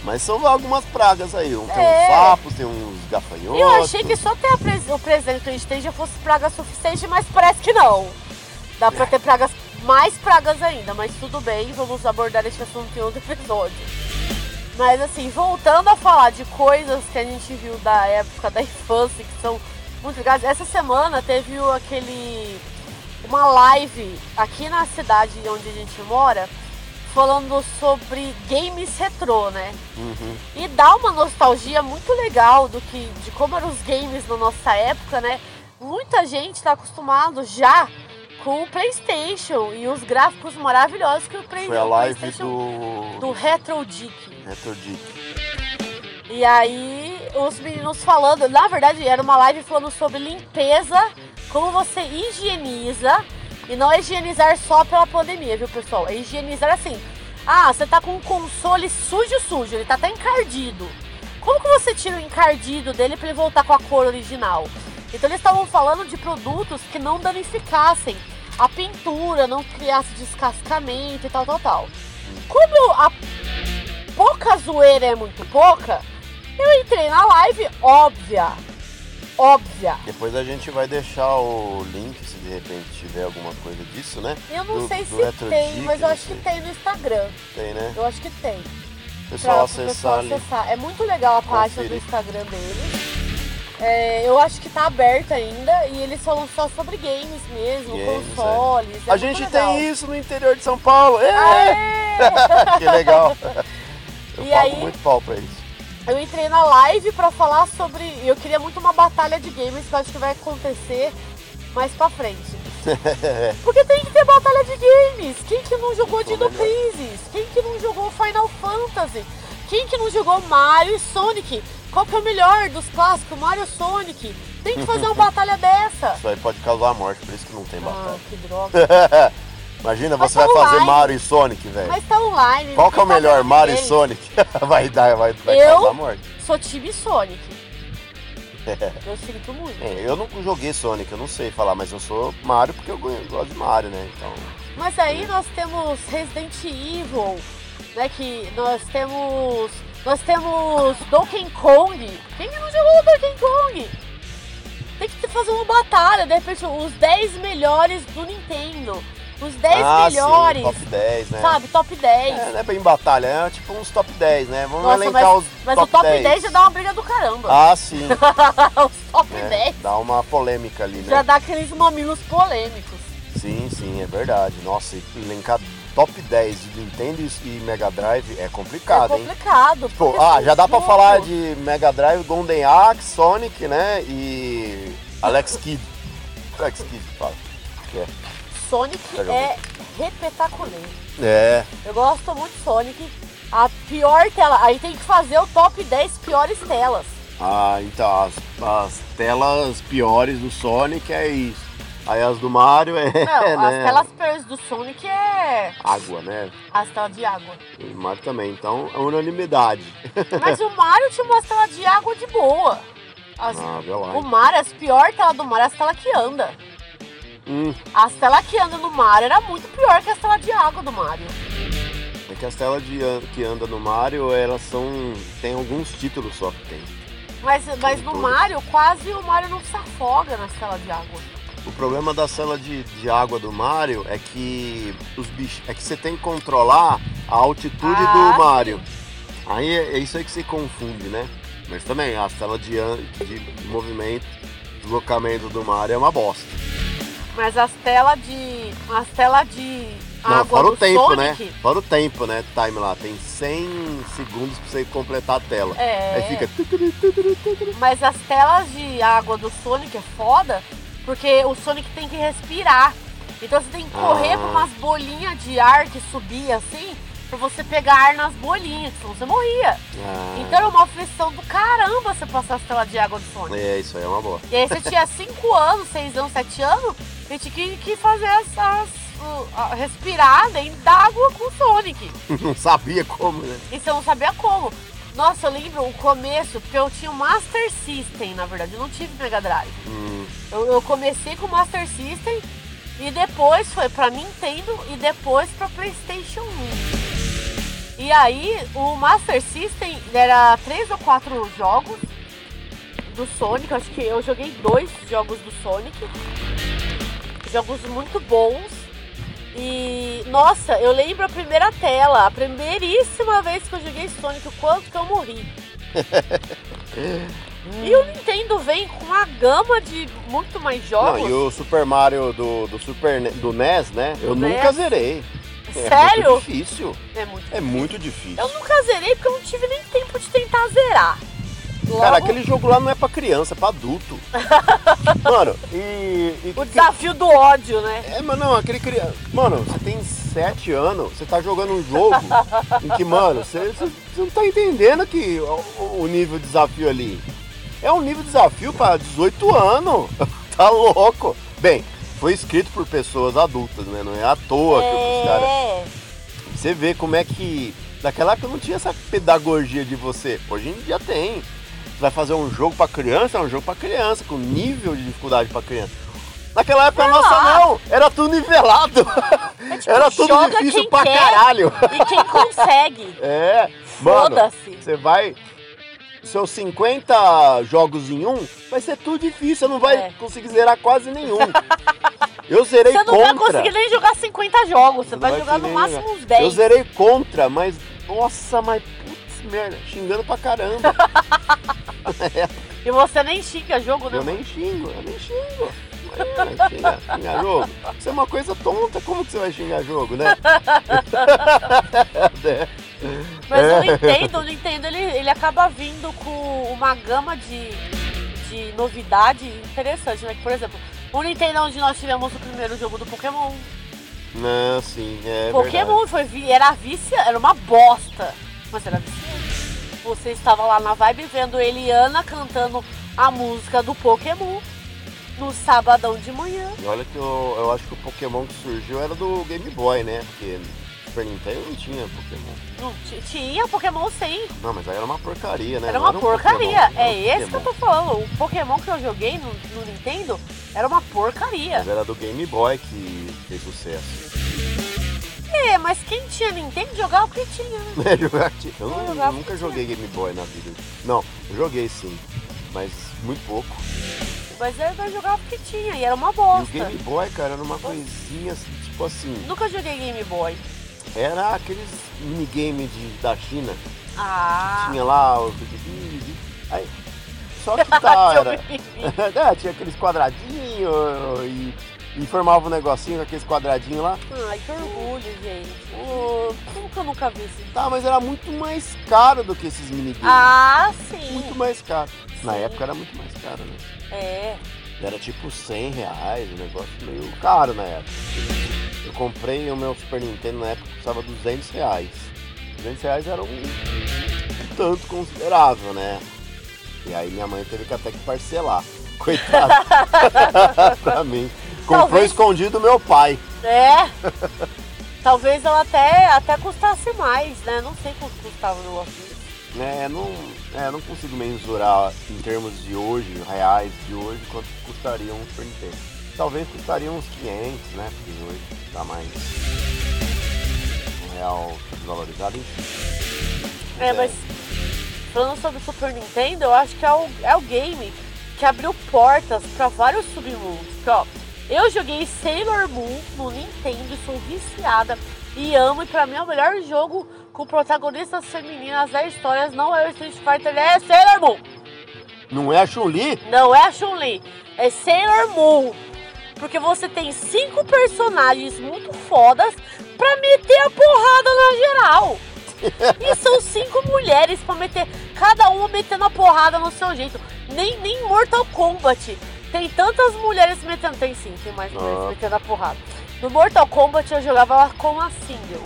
S1: Mas são algumas pragas aí. Um, tem
S2: É.
S1: uns sapos, tem uns gafanhotos.
S2: Eu achei que só ter a pres- o presente que a gente tem já fosse praga suficiente, mas parece que não. Dá pra ter pragas, mais pragas ainda, mas tudo bem, vamos abordar esse assunto em outro episódio. Mas assim, voltando a falar de coisas que a gente viu da época da infância, que são muito legais. Essa semana teve o- aquele. uma live aqui na cidade onde a gente mora, falando sobre games retrô, né?
S1: Uhum.
S2: e dá uma nostalgia muito legal do que de como eram os games na nossa época, né? Muita gente está acostumado já com o PlayStation e os gráficos maravilhosos que o, Play,
S1: Foi a
S2: o
S1: live
S2: PlayStation
S1: do...
S2: do Retro Dick.
S1: Retro Dick.
S2: E aí os meninos falando, na verdade era uma live falando sobre limpeza, como você higieniza e não é higienizar só pela pandemia, viu pessoal? É higienizar assim. Ah, você tá com um console sujo, sujo, ele tá até encardido. Como que você tira o encardido dele pra ele voltar com a cor original? Então eles estavam falando de produtos que não danificassem a pintura, não criasse descascamento e tal, tal, tal. Como a pouca zoeira é muito pouca, eu entrei na live óbvia. Óbvia.
S1: Depois a gente vai deixar o link, se de repente tiver alguma coisa disso, né?
S2: Eu não
S1: Do-
S2: sei
S1: do
S2: se
S1: Retro
S2: tem,
S1: Geek, assim.
S2: mas eu
S1: não
S2: acho
S1: sei.
S2: que tem no Instagram.
S1: Tem, né?
S2: Eu acho que tem.
S1: O pessoal
S2: pro
S1: acessar ali.
S2: acessar. É muito legal a página
S1: Conferir.
S2: do Instagram deles. É, eu acho que tá aberta ainda e eles falam só sobre games mesmo,
S1: Games,
S2: consoles. é
S1: A
S2: muito
S1: gente
S2: legal.
S1: tem isso no interior de São Paulo. É! que legal. Eu
S2: E
S1: pago
S2: aí-
S1: muito pau pra isso.
S2: Eu entrei na live pra falar sobre. Eu queria muito uma batalha de games que eu acho que vai acontecer mais pra frente. Porque tem que ter batalha de games. Quem que não jogou
S1: Tô
S2: Dino
S1: melhor.
S2: Crisis? Quem que não jogou Final Fantasy? Quem que não jogou Mario e Sonic? Qual que é o melhor dos clássicos? Mario Sonic. Tem que fazer uma batalha dessa.
S1: Isso aí pode causar a morte, por isso que não tem
S2: Ah,
S1: batalha.
S2: que droga.
S1: Imagina,
S2: Mas
S1: você vai
S2: tá
S1: fazer
S2: online.
S1: Mario e Sonic, velho.
S2: Mas tá online.
S1: Qual que é o
S2: ninguém tá
S1: melhor,
S2: vendo
S1: Mario e
S2: ele.
S1: Sonic? vai dar, vai, vai
S2: Eu?
S1: causar a morte.
S2: Sou time Sonic. Eu sinto muito.
S1: É, eu não joguei Sonic, eu não sei falar, mas eu sou Mario porque eu go- gosto de Mario, né? Então,
S2: Mas aí nós temos Resident Evil, né? Que nós temos. Nós temos Donkey Kong. Quem que não jogou o Donkey Kong? Tem que fazer uma batalha, de repente, os 10 melhores do Nintendo. Os 10
S1: ah,
S2: melhores,
S1: Sim, top 10, né?
S2: sabe? Top 10.
S1: É, não é bem batalha, é tipo uns top 10, né? Vamos
S2: Nossa,
S1: elencar
S2: mas,
S1: os
S2: mas
S1: top
S2: o top é 10.
S1: 10.
S2: já dá uma briga do caramba.
S1: Ah, sim.
S2: os top
S1: né?
S2: 10
S1: Dá uma polêmica ali, né?
S2: já dá aqueles mamilos polêmicos.
S1: Sim, sim, é verdade. Nossa, e elencar top 10 de Nintendo e e Mega Drive é complicado,
S2: é
S1: hein?
S2: complicado.
S1: Pô,
S2: porque
S1: ah,
S2: tem
S1: já dá pra
S2: jogo.
S1: falar de Mega Drive, Golden Axe, Sonic, né? E Alex Kidd. Alex Kidd, fala. Que é.
S2: Sonic
S1: Tá jogando.
S2: é repetaculeiro.
S1: É,
S2: Eu gosto muito de Sonic. A pior tela. Aí tem que fazer o top 10 piores telas.
S1: ah, então as, as telas piores do Sonic é isso. Aí as do Mario é,
S2: Não, as
S1: né?
S2: telas piores do Sonic é
S1: Água, né?
S2: as telas de água.
S1: E o Mario também, então é unanimidade.
S2: Mas o Mario tinha umas telas de água de boa. As-
S1: Ah, vê lá.
S2: o Mario, as pior telas do Mario é as telas que anda.
S1: Hum,
S2: As telas que andam no Mario era muito pior que as telas de água do Mario.
S1: é que as telas de an- que andam no Mario, elas são. tem alguns títulos só que tem.
S2: Mas, mas no
S1: Tudo.
S2: Mario, quase o Mario não se afoga nas telas de água.
S1: O problema da cela de, de água do Mario é que os bichos. É que você tem que controlar a altitude
S2: Ah,
S1: do Mario. Aí é é isso aí que você confunde, né? Mas também a cela de, an- de movimento, deslocamento do Mario é uma bosta.
S2: Mas as telas de. As telas de.
S1: Não,
S2: água
S1: fora
S2: do
S1: o tempo,
S2: Sonic,
S1: né? Fora o tempo, né? Time lá. Tem 100 segundos pra você completar a tela.
S2: É,
S1: Aí fica.
S2: mas as telas de água do Sonic é foda, porque o Sonic tem que respirar. Então você tem que correr
S1: Ah.
S2: pra umas bolinhas de ar que subia assim, pra você pegar ar nas bolinhas, que senão você morria.
S1: Ah,
S2: Então era uma aflição do caramba você passar as telas de água do Sonic.
S1: É, isso aí é uma bosta.
S2: E aí você tinha 5 anos, 6 anos, 7 anos, e tinha que, que fazer as, as- o- a- respirar dentro d'água com o Sonic.
S1: Não sabia como, né?
S2: E você não sabia como. Nossa, eu lembro o começo, porque eu tinha o Master System, na verdade, eu não tive Mega Drive.
S1: Hum,
S2: Eu, eu comecei com o Master System e depois foi pra Nintendo e depois pra PlayStation 1. E aí, o Master System era três ou quatro jogos do Sonic. eu Acho que eu joguei dois jogos do Sonic. Jogos muito bons. E, nossa, eu lembro a primeira tela, a primeiríssima vez que eu joguei Sonic, o quanto que eu morri. E o Nintendo vem com uma gama de muito mais jogos.
S1: Não, e o Super Mario do, do Super Ne- do NES, né? Eu
S2: NES.
S1: nunca zerei. É
S2: Sério?
S1: muito difícil.
S2: É muito.
S1: É muito difícil.
S2: Eu nunca zerei porque eu não tive nem tempo de tentar zerar. Logo,
S1: Cara, aquele jogo lá não é pra criança, é pra adulto. Mano, e. e
S2: o desafio do ódio, né?
S1: É, mas não, aquele criança. Mano, você tem 7 anos, você tá jogando um jogo em que, mano, você, você- você não tá entendendo que o, o nível de desafio ali. É um nível de desafio pra 18 anos. Tá louco. Bem, foi escrito por pessoas adultas, né? Não é à toa que os caras.
S2: É.
S1: Você vê como é que. Naquela época não tinha essa pedagogia de você. Hoje em dia tem. Você vai fazer um jogo pra criança, é um jogo pra criança, com nível de dificuldade pra criança. Naquela época, nossa, não! Era tudo nivelado! era tudo
S2: Tipo, é joga
S1: difícil
S2: quem
S1: pra
S2: quer.
S1: caralho!
S2: E quem consegue?
S1: É, mano,
S2: Foda-se.
S1: você vai. Seus 50 jogos em um, vai ser tudo difícil, você não vai
S2: É.
S1: conseguir zerar quase nenhum. Eu zerei
S2: Você não
S1: contra.
S2: vai conseguir nem jogar 50 jogos. Você
S1: Não
S2: vai,
S1: vai
S2: jogar no
S1: nem
S2: máximo uns
S1: Eu
S2: 10.
S1: zerei contra, mas. Nossa, mas putz, merda, xingando pra caramba.
S2: E você nem xinga jogo, né?
S1: Eu nem xingo, eu nem xingo. Imagina, xingar, xingar jogo. Isso é uma coisa tonta, como que você vai xingar jogo, né?
S2: Mas
S1: É.
S2: o Nintendo, o Nintendo ele, ele acaba vindo com uma gama de, de novidade interessante, né? Que, Por exemplo, o Nintendo é onde nós tivemos o primeiro jogo do Pokémon.
S1: Não, sim, é.
S2: um, Pokémon foi, vi- era vícia, era uma bosta. Mas era viciante. você estava lá na vibe vendo Eliana cantando a música do Pokémon no sabadão de manhã.
S1: E olha que eu, eu acho que o Pokémon que surgiu era do Game Boy, né? Porque Super Nintendo não tinha Pokémon.
S2: Não, ti- tinha Pokémon sem.
S1: Não, mas aí era uma porcaria, né?
S2: Era
S1: Não
S2: uma
S1: um
S2: porcaria.
S1: Pokémon, não era um
S2: É esse que eu
S1: Pokémon.
S2: tô falando. O Pokémon que eu joguei no, no Nintendo era uma porcaria.
S1: Mas era do Game Boy que fez sucesso.
S2: É, mas quem tinha Nintendo jogava o que tinha, né?
S1: Né, jogar ti- Eu,
S2: Eu
S1: não-
S2: jogava
S1: nunca
S2: porque
S1: joguei Game Boy na vida. Não, eu joguei sim, mas muito pouco.
S2: Mas eu eu jogava o que tinha e era uma
S1: E o
S2: bosta.
S1: Game Boy, cara, era uma coisinha tipo assim.
S2: Nunca joguei Game Boy.
S1: Era aqueles minigame de, da China.
S2: Ah.
S1: Tinha lá o. Aí, só que tal, era.
S2: Tinha...
S1: É, tinha aqueles quadradinhos e, e formava um negocinho com aqueles quadradinhos lá.
S2: Ai, que orgulho, gente. Ô, Como que eu nunca vi isso?
S1: Tá, mas era muito mais caro do que esses minigames.
S2: Ah, sim.
S1: Muito mais caro. Na
S2: Sim.
S1: época era muito mais caro, né?
S2: É.
S1: Era tipo 100 reais, um negócio meio caro na época. Eu comprei o meu Super Nintendo na época que custava 200 reais. 200 reais era um tanto considerável, né? E aí minha mãe teve que até que parcelar. Coitado. pra mim. Comprou
S2: Talvez-
S1: escondido do meu pai.
S2: É. Talvez ela até, até custasse mais, né? Não sei quanto custava o negócio. disso.
S1: É, não, é, não consigo mensurar em termos de hoje, reais de hoje, quanto custaria um Super Nintendo. Talvez custaria uns 500, né? Porque hoje tá mais. Um real desvalorizado, enfim.
S2: É, mas falando sobre o Super Nintendo, eu acho que é o, é o game que abriu portas pra vários submundos. Porque, ó, eu joguei Sailor Moon no Nintendo, e sou viciada e amo. E pra mim é o melhor jogo com protagonistas femininas da história. Não é o Street Fighter, é Sailor Moon.
S1: Não é a Chun-Li?
S2: Não é a Chun-Li, é Sailor Moon. Porque você tem cinco personagens muito fodas pra meter a porrada na geral. E são cinco mulheres pra meter, cada uma metendo a porrada no seu jeito. Nem, nem Mortal Kombat tem tantas mulheres metendo. Tem sim, tem mais mulheres
S1: Ah.
S2: metendo a porrada. No Mortal Kombat eu jogava com a single.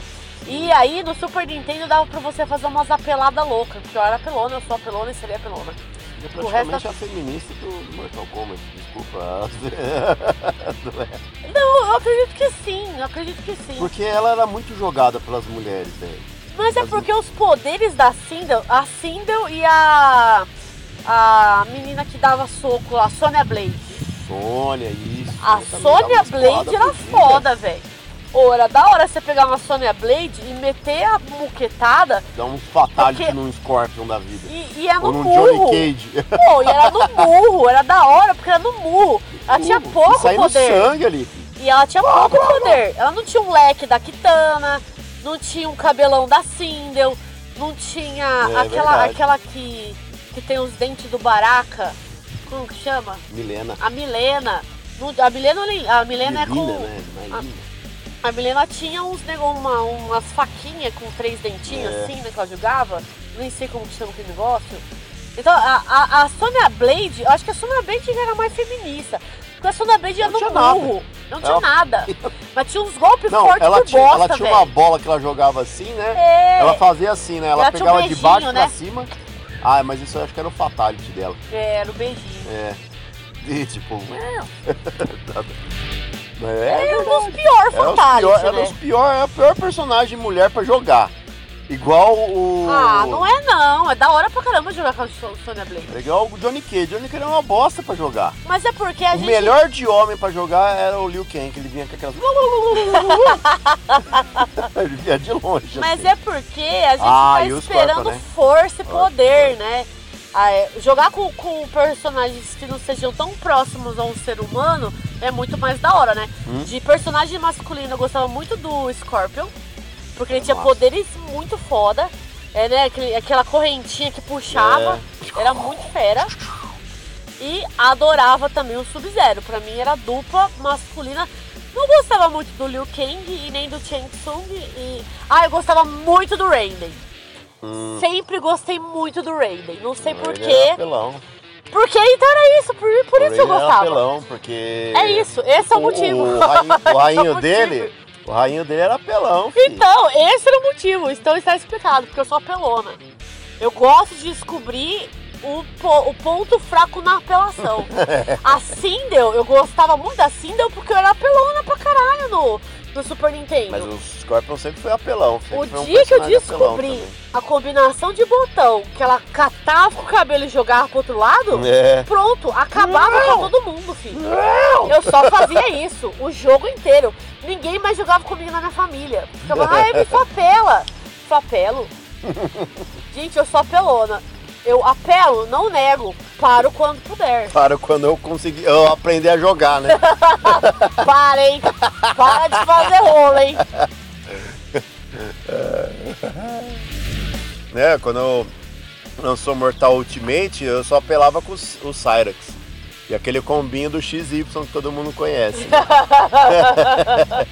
S2: E aí no Super Nintendo dava pra você fazer umas apeladas loucas. Porque eu era apelona, eu sou apelona e seria apelona.
S1: É
S2: O resto tá-
S1: praticamente
S2: da-
S1: a feminista do, do Mortal Kombat, desculpa.
S2: Eu, eu acredito que sim, eu acredito que sim.
S1: Porque ela era muito jogada pelas mulheres, né?
S2: Mas é
S1: Mas-
S2: porque os poderes da Sindel, a Sindel e a. A menina que dava soco, a Sonya Blade.
S1: Sônia, isso.
S2: A
S1: ela também
S2: Sonya
S1: dava umas
S2: Blade
S1: porradas
S2: era
S1: fodidas.
S2: foda, velho. Ô, era da hora você pegar uma Sonya Blade e meter a muquetada
S1: Dá um fatality
S2: Porque-
S1: num Scorpion da vida.
S2: e, e é
S1: Ou
S2: no
S1: num
S2: murro.
S1: Johnny Cage.
S2: Pô, e era no murro, era da hora, porque era no murro. Ela tinha
S1: Uh,
S2: pouco
S1: saindo
S2: poder.
S1: sangue ali.
S2: E ela tinha pouco poder. Ela não tinha um leque da Kitana, não tinha um cabelão da Sindel, não tinha
S1: É,
S2: aquela,
S1: verdade.
S2: aquela que, que tem os dentes do Baraka. Como que chama?
S1: Milena.
S2: A Milena. Não- A Milena, a Milena é com.
S1: Melina, né? Melina.
S2: A Milena tinha uns, nego- uma, umas faquinhas com três dentinhos,
S1: É.
S2: assim, né, que ela jogava. Nem sei como que chama aquele negócio. Então, a, a, a Sonya Blade, eu acho que a Sonya Blade já era mais feminista. Porque a Sonya Blade era
S1: Não
S2: no
S1: tinha nada.
S2: burro. Não tinha
S1: Ela-
S2: nada. Mas tinha uns golpes
S1: Não,
S2: fortes
S1: ela
S2: do
S1: tinha,
S2: bosta,
S1: ela tinha
S2: velho.
S1: uma bola que ela jogava assim, né?
S2: É,
S1: Ela fazia assim, né? Ela,
S2: Ela tinha um
S1: pegava de baixo
S2: beijinho,
S1: pra
S2: né?
S1: cima. Ah, mas isso eu acho que era o fatality dela.
S2: é, era o beijinho.
S1: É. E tipo. é,
S2: É um dos piores
S1: é, os
S2: fatality,
S1: pior, era
S2: né?
S1: os pior, é o pior personagem mulher pra jogar. Igual o.
S2: Ah, não é não. É da hora pra caramba jogar com a Son- Sonya Blade.
S1: é Igual o Johnny Cage. Johnny Cage era uma bosta pra jogar.
S2: Mas é porque a
S1: O
S2: gente...
S1: melhor de homem pra jogar era o Liu Kang, que ele vinha com aquelas. ele vinha de longe.
S2: Mas
S1: assim.
S2: é porque a gente
S1: Ah,
S2: tá
S1: e o
S2: esperando
S1: Scorpion, né?
S2: força e poder, né? Ah, é, jogar com, com personagens que não sejam tão próximos a um ser humano é muito mais da hora, né?
S1: Hum.
S2: De personagem masculino, eu gostava muito do Scorpion, porque ele tinha
S1: Nossa.
S2: poderes muito foda. É, né? aquele- Aquela correntinha que puxava. Era muito fera. E adorava também o Sub-Zero. Pra mim era dupla masculina. Não gostava muito do Liu Kang e nem do Chang Tsung. E... Ah, eu gostava muito do Raiden.
S1: Hum. é
S2: Sempre gostei muito do Raiden. Não sei
S1: Ele
S2: porquê.
S1: Era apelão.
S2: Porque então era isso. Por, por isso eu
S1: Ele era
S2: gostava.
S1: apelão, porque.
S2: É isso. Esse é o motivo.
S1: é O, rainho, o rainho
S2: Esse é o
S1: dele.
S2: motivo.
S1: O rainho dele era apelão. filho.
S2: Então, esse era o motivo. Então está explicado. Porque eu sou apelona. Eu gosto de descobrir o, po- o ponto fraco na apelação. A Sindel, eu gostava muito da Sindel porque eu era apelona pra caralho no, no Super Nintendo.
S1: Mas o Scorpion sempre foi apelão.
S2: O
S1: Sempre foi um
S2: dia que eu
S1: personagem apelão
S2: descobri a combinação de botão que ela catava com o cabelo e jogava pro outro lado,
S1: também. É.
S2: pronto, acabava com todo mundo, filho.
S1: Não!
S2: Eu só fazia isso, o jogo inteiro. Ninguém mais jogava comigo na minha família. Ficava, ah, ele só apela. Só apelo. Gente, eu sou apelona. Eu apelo, não nego. Paro quando puder.
S1: Claro, quando eu consegui eu aprender a jogar, né?
S2: Para, hein? Para de fazer rolo, hein?
S1: né? Quando eu lançou Mortal Ultimate, eu só apelava com os- o Cyrax. E aquele combinho do XY que todo mundo conhece. né?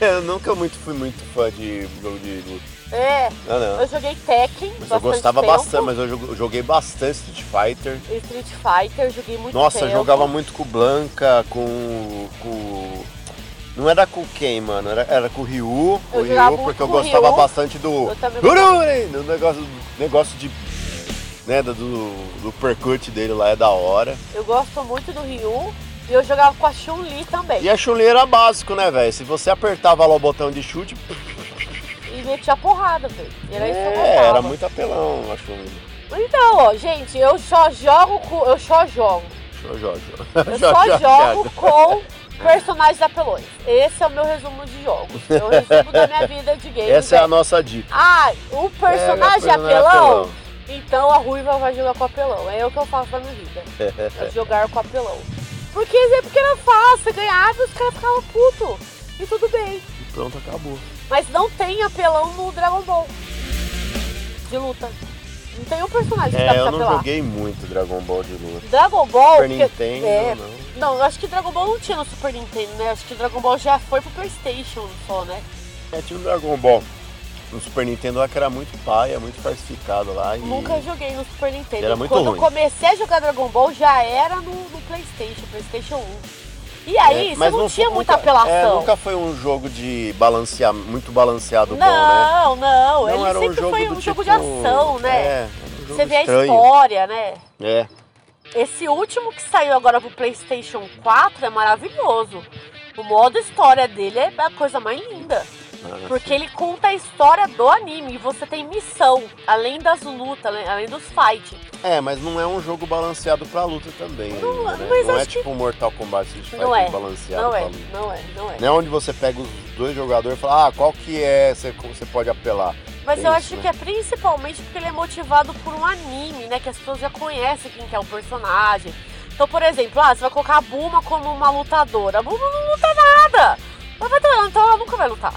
S1: eu nunca muito fui muito fã de jogo de luta.
S2: É,
S1: Não, não.
S2: eu joguei Tekken.
S1: Mas eu gostava bastante, mas eu jo- joguei bastante Street Fighter.
S2: Street Fighter, eu joguei muito
S1: Nossa,
S2: tempo.
S1: jogava muito com o Blanca, com, com. Não era com quem, mano? Era, era com o Ryu.
S2: Eu
S1: o
S2: jogava
S1: Ryu,
S2: muito
S1: porque eu
S2: com o
S1: gostava
S2: Ryu.
S1: bastante do.
S2: Eu também
S1: Ururi! Do negócio, negócio de. Né, do, do percute dele lá é da hora.
S2: Eu gosto muito do Ryu. E eu jogava com a Chun-Li também.
S1: E a chun era básico, né, velho? Se você apertava lá o botão de chute,
S2: E metia porrada, velho. Era isso que eu
S1: é,
S2: gostava.
S1: era muito apelão a chun
S2: Então, ó, gente, eu só jogo com. Eu só jogo.
S1: Eu jogo.
S2: Eu só jogo com personagens apelões. Esse é o meu resumo de jogos. É o resumo da minha vida de game.
S1: Essa é a É,
S2: velho.
S1: nossa dica.
S2: Ah, o personagem
S1: Pega,
S2: apelão,
S1: apelão.
S2: Então a Ruiva vai jogar com apelão. É o que eu faço na minha vida. É jogar com apelão. Porque, é porque era fácil, você ganhava e os caras ficavam putos. E tudo bem.
S1: E pronto, acabou.
S2: Mas não tem apelão no Dragon Ball. De luta. Não tem um personagem que dá
S1: É,
S2: pra
S1: eu
S2: se
S1: não
S2: apelar.
S1: joguei muito Dragon Ball de luta.
S2: Dragon Ball.
S1: Super
S2: porque-
S1: Nintendo,
S2: é,
S1: não.
S2: não, eu acho que Dragon Ball não tinha no Super Nintendo, né? Acho que Dragon Ball já foi pro Playstation só, né?
S1: É, tinha um Dragon Ball no Super Nintendo lá que era muito paia, muito falsificado lá. E...
S2: Nunca joguei no Super Nintendo.
S1: Era muito
S2: Quando
S1: ruim.
S2: eu comecei a jogar Dragon Ball já era no, no Playstation, Playstation 1. E aí,
S1: É,
S2: você não,
S1: fu-
S2: tinha muita
S1: nunca- É,
S2: apelação.
S1: nunca foi um jogo de balancear, muito balanceado bom, né?
S2: não, não, ele
S1: era um
S2: sempre
S1: jogo
S2: foi
S1: do
S2: um
S1: tipo...
S2: jogo de ação, né?
S1: É, era um jogo
S2: você vê
S1: estranho.
S2: a história, né?
S1: É,
S2: Esse último que saiu agora pro PlayStation 4 é maravilhoso. O modo história dele é a coisa mais linda.
S1: Ah,
S2: Porque ele conta a história do anime. E você tem missão, além das lutas, além- além dos fights.
S1: é, mas não é um jogo balanceado pra luta também.
S2: Não,
S1: né?
S2: mas
S1: não é
S2: acho que-
S1: tipo um Mortal Kombat Street Fighter
S2: Não é,
S1: balanceado
S2: Não
S1: pra
S2: é,
S1: luta.
S2: não é, não é.
S1: Não é onde você pega os dois jogadores e fala, ah, qual que é, você, você pode apelar.
S2: Mas
S1: é
S2: eu
S1: isso,
S2: acho
S1: né?
S2: que é principalmente porque ele é motivado por um anime, né? Que as pessoas já conhecem quem que é o personagem. Então, por exemplo, ah, você vai colocar a Buma como uma lutadora. A Buma não luta nada. Ela vai treinar, então ela nunca vai lutar.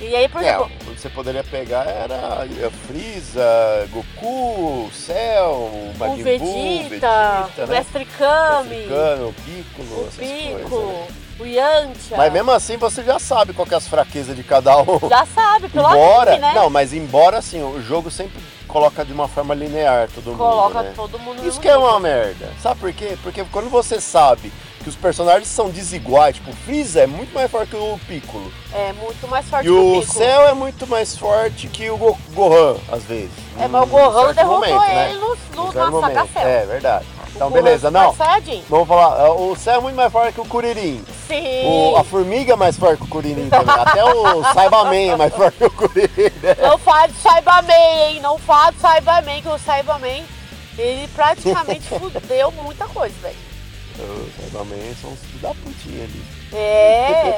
S2: E aí, por
S1: É,
S2: exemplo,
S1: o que você poderia pegar era é, Freeza, Goku, Cell,
S2: o
S1: Majin
S2: Vegeta,
S1: Buu,
S2: o
S1: né?
S2: Mestre Kami,
S1: Africano, o Piccolo,
S2: o
S1: essas
S2: Pico,
S1: coisas. né?
S2: o Yantia.
S1: Mas mesmo assim você já sabe qual que é as fraquezas de cada um.
S2: Já sabe, pelo
S1: embora,
S2: anime, né?
S1: não, mas embora assim, o jogo sempre coloca de uma forma linear todo
S2: Coloca
S1: mundo, né?
S2: todo mundo no
S1: Isso
S2: mesmo
S1: que é
S2: nível.
S1: uma merda. Sabe por quê? Porque quando você sabe que os personagens são desiguais, tipo, o Freeza é muito mais forte que o Piccolo.
S2: É muito mais forte
S1: E
S2: que o
S1: o
S2: Pico.
S1: Cell é muito mais forte que o Go- Gohan, às vezes.
S2: É, mas o
S1: Num
S2: Gohan
S1: certo
S2: derrotou
S1: momento, né?
S2: ele no,
S1: Num
S2: no,
S1: certo
S2: na saga
S1: momento.
S2: Cell.
S1: É, verdade. Então,
S2: O
S1: beleza.
S2: Gohan é
S1: Não,
S2: Super Saiyajin.
S1: vamos falar. ah, O Cell é muito mais forte que o Kuririn.
S2: Sim.
S1: O- a formiga é mais forte que o Kuririn também. Até o Saibaman é mais forte que o Kuririn, né?
S2: Não fala do Cyberman, hein? Não fala do Cyberman, que o Cyberman, ele praticamente fudeu muita coisa, velho.
S1: O Saibaman são os filhos da putinha ali.
S2: É.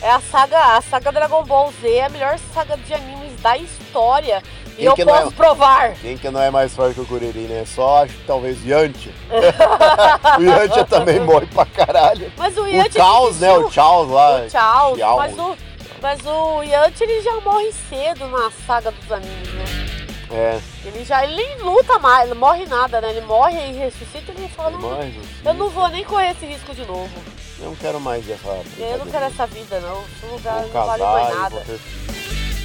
S2: É a saga, a saga Dragon Ball Z é a melhor saga de animes da história. E,
S1: E
S2: eu
S1: que não é-
S2: posso provar.
S1: Quem que não é mais forte que o Kuririn, né? Só acho que talvez o Yantia. o Yantia também morre pra caralho.
S2: Mas o
S1: O
S2: Yanti.
S1: Chaos, né? O Chaos lá.
S2: Tchau.
S1: Tchau.
S2: Mas o, mas o Yanti, ele já morre cedo na saga dos animes, né?
S1: É,
S2: Ele já ele nem luta mais, não morre nada, né? Ele morre e ressuscita e ele fala,
S1: ele
S2: "Não,
S1: morre.
S2: eu não vou nem correr esse risco de novo.
S1: Eu não quero mais essa.
S2: Eu não quero essa vida, não. Esse lugar
S1: Vou
S2: não vale mais
S1: casar, e
S2: nada.
S1: um vou ter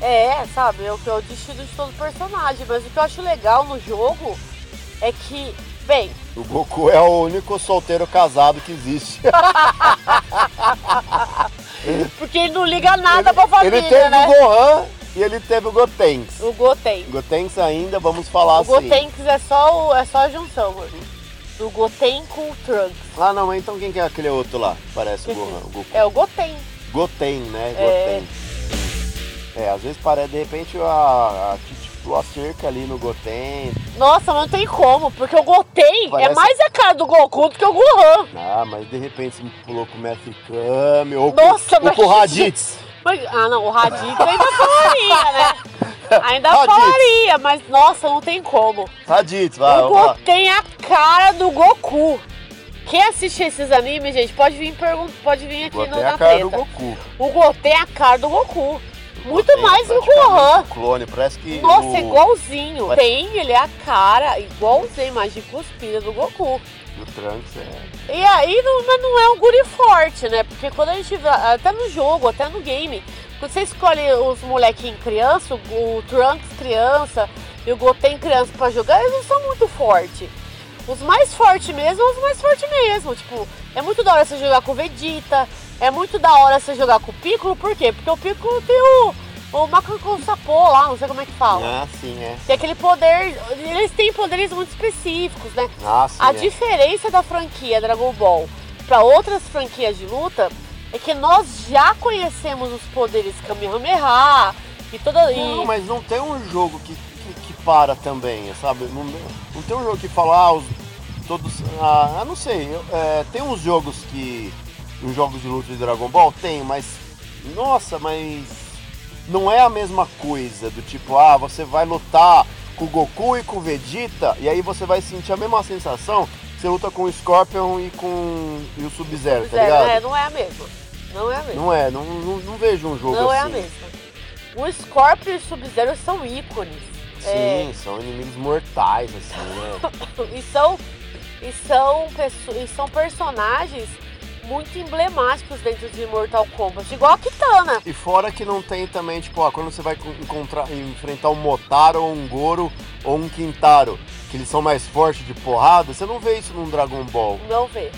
S2: É, sabe? É o que é o destino de todo personagem. Mas o que eu acho legal no jogo é que, bem,
S1: O Goku é o único solteiro casado que existe.
S2: porque ele não liga nada pra família,
S1: ele teve
S2: né?
S1: o Gohan E ele teve o Gotenks.
S2: O Goten.
S1: Gotenks ainda, vamos falar
S2: O
S1: assim.
S2: Gotenks é só, o- é só a junção, mano. Do Goten com o Trunks.
S1: Ah, não, mas então quem que é aquele outro lá? Parece o
S2: Esqueci.
S1: Gohan, o Goku.
S2: É o Goten.
S1: Goten, né?
S2: É.
S1: Goten. É, às vezes parece, de repente, a, a, tipo, a cerca ali no Goten.
S2: Nossa, mas não tem como, porque o Goten
S1: Parece-
S2: é mais a cara do Goku do que o Gohan.
S1: Ah, mas de repente você pulou com o Mestre Kami ou
S2: Nossa,
S1: com, ou
S2: mas-
S1: com o Raditz.
S2: Mas- ah, não, o Raditz ainda falaria, né? Ainda
S1: Raditz.
S2: falaria, mas nossa, não tem como.
S1: Raditz, vai.
S2: o
S1: vai.
S2: Goku tem a cara do Goku. Quem assiste esses animes, gente, pode vir, pergun- pode vir aqui no,
S1: Goten é
S2: na
S1: a cara do
S2: treta.
S1: Goku.
S2: O Goten é a cara do Goku. Muito
S1: Goten é
S2: mais do que o
S1: praticamente
S2: Gohan.
S1: um Clone, parece que.
S2: Nossa,
S1: o-
S2: é igualzinho.
S1: Mas-
S2: Tem, ele é a cara, igualzinho, mas de cuspida do Goku.
S1: O Trunks é.
S2: E aí, não, mas não é um guri forte, né? Porque quando a gente vê, até no jogo, até no game, quando você escolhe os molequinhos criança, o, o Trunks criança e o Goten criança pra jogar, eles não são muito fortes. Os mais fortes mesmo, os mais fortes mesmo. Tipo, é muito da hora você jogar com o Vegeta, é muito da hora você jogar com o Piccolo, por quê? Porque o Piccolo tem o, o macaco sapô lá, não sei como é que fala.
S1: Ah, sim, é.
S2: Tem aquele poder, eles têm poderes muito específicos, né?
S1: Ah, sim.
S2: A
S1: é.
S2: diferença da franquia Dragon Ball para outras franquias de luta é que nós já conhecemos os poderes Kamehameha e toda
S1: Não,
S2: e
S1: mas não tem um jogo que, que, que para também, sabe? Não, não tem um jogo que fala, ah, os, todos. Ah, eu não sei. eu- é, tem uns jogos que. Os jogos de luta de Dragon Ball? Tem, mas. Nossa, mas. Não é a mesma coisa do tipo, ah, você vai lutar com o Goku e com o Vegeta, e aí você vai sentir a mesma sensação que você luta com o Scorpion e com e o Sub-Zero, tá
S2: Zero,
S1: ligado?
S2: né? não é a mesma. Não é a mesma.
S1: Não é, não, não, não vejo um jogo
S2: Não,
S1: assim.
S2: é a mesma. O Scorpion e o Sub-Zero são ícones.
S1: Sim, são inimigos mortais, assim, né?
S2: É, e são e são pesso- e são personagens muito emblemáticos dentro de Mortal Kombat, igual a Kitana.
S1: E fora que não tem também, tipo, ó, quando você vai con- encontrar, enfrentar um Motaro, ou um Goro ou um Quintaro, que eles são mais fortes de porrada, você não vê isso num Dragon Ball.
S2: Não vê.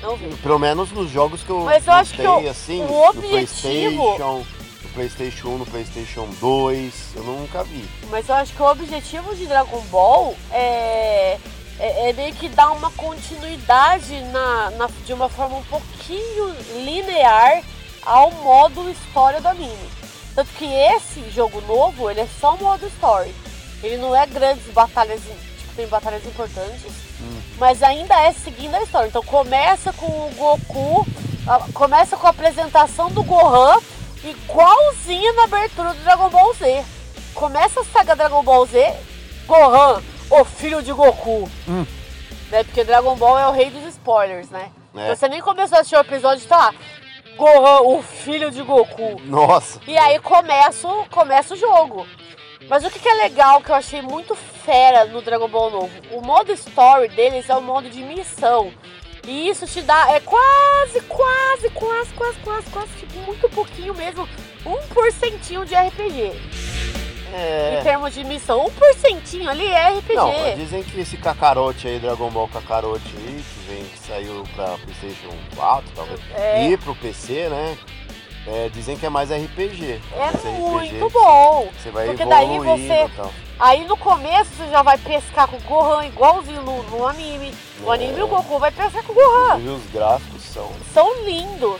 S2: Não vê.
S1: Pelo menos nos jogos que eu
S2: Mas eu acho que
S1: lutei,
S2: o-
S1: assim,
S2: o
S1: no
S2: objetivo-
S1: Playstation, no Playstation 1, no Playstation 2, eu nunca vi.
S2: Mas eu acho que o objetivo de Dragon Ball é, é, é meio que dar uma continuidade na, na- de uma forma um pouquinho linear ao modo história do anime. Tanto que esse jogo novo, ele é só modo story. Ele não é grandes batalhas, tipo, tem batalhas importantes,
S1: Hum.
S2: mas ainda é seguindo a história. Então começa com o Goku, a- começa com a apresentação do Gohan, igualzinha na abertura do Dragon Ball Z. Começa a saga Dragon Ball Z, Gohan, o filho de Goku.
S1: Hum.
S2: Né? Porque Dragon Ball é o rei dos spoilers, né?
S1: É.
S2: Você nem começou a assistir o episódio e tá lá, Gohan, o filho de Goku.
S1: Nossa!
S2: E aí começa, o- começa o jogo. Mas o que, que é legal, que eu achei muito fera no Dragon Ball novo? O modo story deles é o modo de missão. E isso te dá, é quase, quase, quase, quase, quase, quase, tipo, muito pouquinho mesmo, um porcentinho de RPG. Em
S1: É.
S2: termos de missão, um porcentinho ali é RPG.
S1: Não, mas dizem que esse Kakarote aí, Dragon Ball Kakarote aí, que vem, que saiu pra Playstation 4, talvez,
S2: É.
S1: e pro PC, né? é, dizem que é mais RPG. Esse
S2: é
S1: RPG
S2: muito bom.
S1: Você vai
S2: Porque daí
S1: evoluindo
S2: você-
S1: e tal.
S2: Aí no começo você já vai pescar com o Gohan, igualzinho no, no anime. No
S1: É.
S2: anime o Goku vai pescar com o Gohan.
S1: E os gráficos são.
S2: são lindos.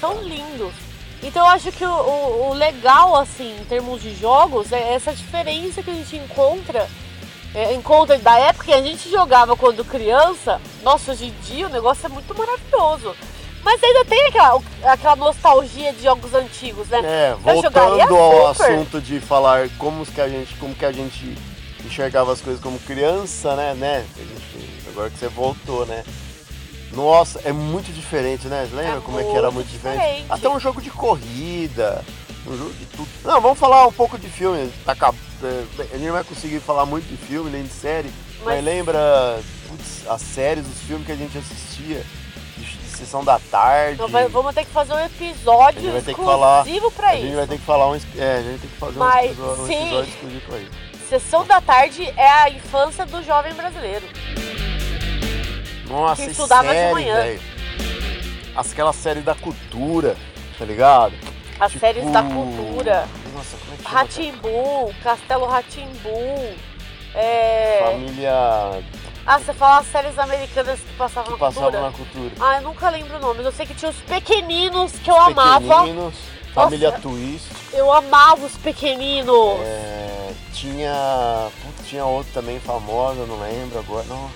S2: São lindos. É Então eu acho que o, o- o legal, assim, em termos de jogos, é essa diferença que a gente encontra. É, encontra da época que a gente jogava quando criança. Nossa, hoje em dia o negócio é muito maravilhoso. Mas ainda tem aquela, aquela nostalgia de jogos antigos, né?
S1: É,
S2: jogaria
S1: voltando ao
S2: super.
S1: assunto de falar como que a gente, como que a gente enxergava as coisas como criança, né, né? a gente- agora que você voltou, né? Nossa, é muito diferente, né? Lembra
S2: É
S1: como é que era
S2: muito
S1: muito diferente?
S2: diferente.
S1: Até um jogo de corrida, um jogo de tudo. Não, vamos falar um pouco de filme. Tá, acab- é, a gente não vai conseguir falar muito de filme, nem de série, mas,
S2: Mas-
S1: lembra putz, as séries, os filmes que a gente assistia, de, de sessão da tarde.
S2: Então vai- vamos ter que fazer um
S1: A gente
S2: episódio
S1: vai ter que falar-
S2: exclusivo pra
S1: A gente
S2: É isso.
S1: vai ter que falar um. es- É, a gente tem que fazer um
S2: Mas,
S1: episódio, um
S2: sim.
S1: episódio exclusivo pra isso.
S2: Sessão da tarde é a infância do jovem brasileiro.
S1: Nossa,
S2: Que
S1: e
S2: estudava de
S1: série,
S2: manhã.
S1: velho. As- Aquela série da cultura, tá ligado?
S2: As
S1: Tipo,
S2: séries da cultura.
S1: Nossa, como é que chama?
S2: Ratimbu, Castelo Ratimbu. É...
S1: Família
S2: Ah, você fala as séries americanas que passavam
S1: que
S2: na
S1: passava
S2: cultura?
S1: na cultura.
S2: Ah, eu nunca lembro o nome. Eu sei que tinha os pequeninos que eu amava.
S1: Pequeninos, Família Twist.
S2: Eu amava os pequeninos.
S1: É, tinha. putz, tinha outro também famoso, eu não lembro agora. Não.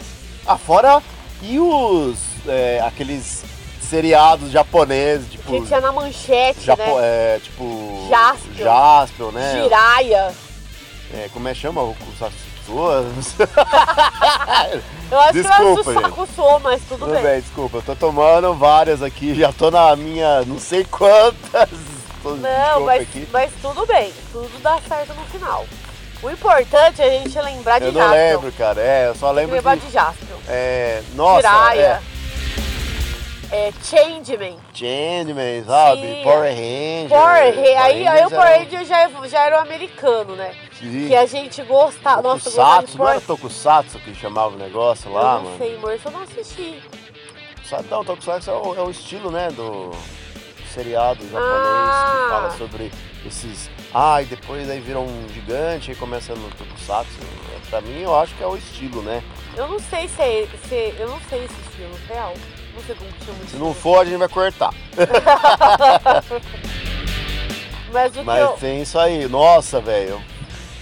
S1: Ah, fora e os. é, aqueles seriados japoneses, tipo.
S2: Que tinha na manchete,
S1: Japo-
S2: né?
S1: é, tipo.
S2: Jaspion.
S1: Jaspion, né?
S2: Jiraya.
S1: É, como é que chama? O o Satsua?
S2: Eu acho
S1: Desculpa,
S2: que eu
S1: gente.
S2: saco sou, mas tudo,
S1: Tudo
S2: bem.
S1: bem, desculpa, eu tô tomando várias aqui, já tô na minha não sei quantas. Tô-
S2: Não,
S1: desculpa
S2: mas,
S1: aqui.
S2: mas tudo bem. Tudo dá certo no final. O importante é a gente lembrar de
S1: Eu não
S2: Jaspion.
S1: lembro, cara. É, eu só lembro
S2: Lembrar
S1: de.
S2: de Jaspion.
S1: É, nossa,
S2: Jiraya.
S1: é,
S2: É, Changeman.
S1: Changeman, sabe?
S2: Sim. é.
S1: Power Ranger.
S2: Power Ranger. Aí, aí o
S1: já-
S2: Power Ranger já, já era o americano, né?
S1: Sim.
S2: Que a gente gostava. Nossa, eu gostava de
S1: Tokusatsu, não
S2: Power
S1: era Tokusatsu que chamava o negócio
S2: Eu
S1: lá,
S2: não
S1: mano?
S2: sei, amor, eu só não assisti.
S1: Sabe, não, Tokusatsu é o, é o estilo, né, do seriado japonês
S2: Ah.
S1: que fala sobre esses... Ah, e depois aí vira um gigante e começa no Tokusatsu. Pra mim, eu acho que é o estilo, né?
S2: Eu não sei se é. Se, eu não sei se estilo real. Não sei como que chama
S1: Se
S2: isso.
S1: não for, a gente vai cortar.
S2: Mas o que eu.
S1: Mas é tem isso aí. Nossa, velho.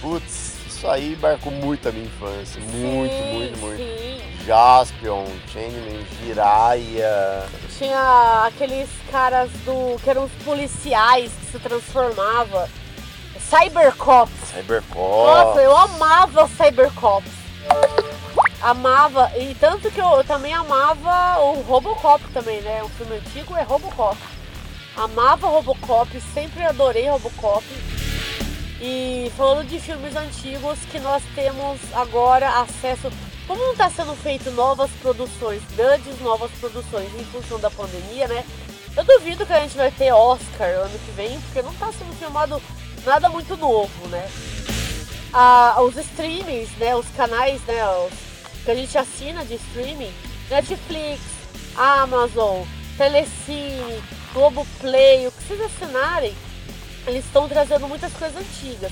S1: Putz, isso aí marcou muito a minha infância. Muito,
S2: Sim,
S1: muito, muito.
S2: Sim.
S1: Jaspion, Changeman, Jiraiya.
S2: Tinha aqueles caras do. que eram os policiais que se transformava. Cybercops. Nossa,
S1: Cybercop.
S2: eu amava Cybercops. Amava, e tanto que eu, eu também amava o Robocop também, né? O filme antigo é Robocop. Amava Robocop, sempre adorei Robocop. E falando de filmes antigos que nós temos agora acesso. Como não está sendo feito novas produções, grandes novas produções em função da pandemia, né? Eu duvido que a gente vai ter Oscar ano que vem, porque não está sendo filmado nada muito novo, né? Ah, os streamings, né? Os canais, né? os- que a gente assina de streaming, Netflix, Amazon, Telecine, Globoplay, o que vocês assinarem, eles estão trazendo muitas coisas antigas.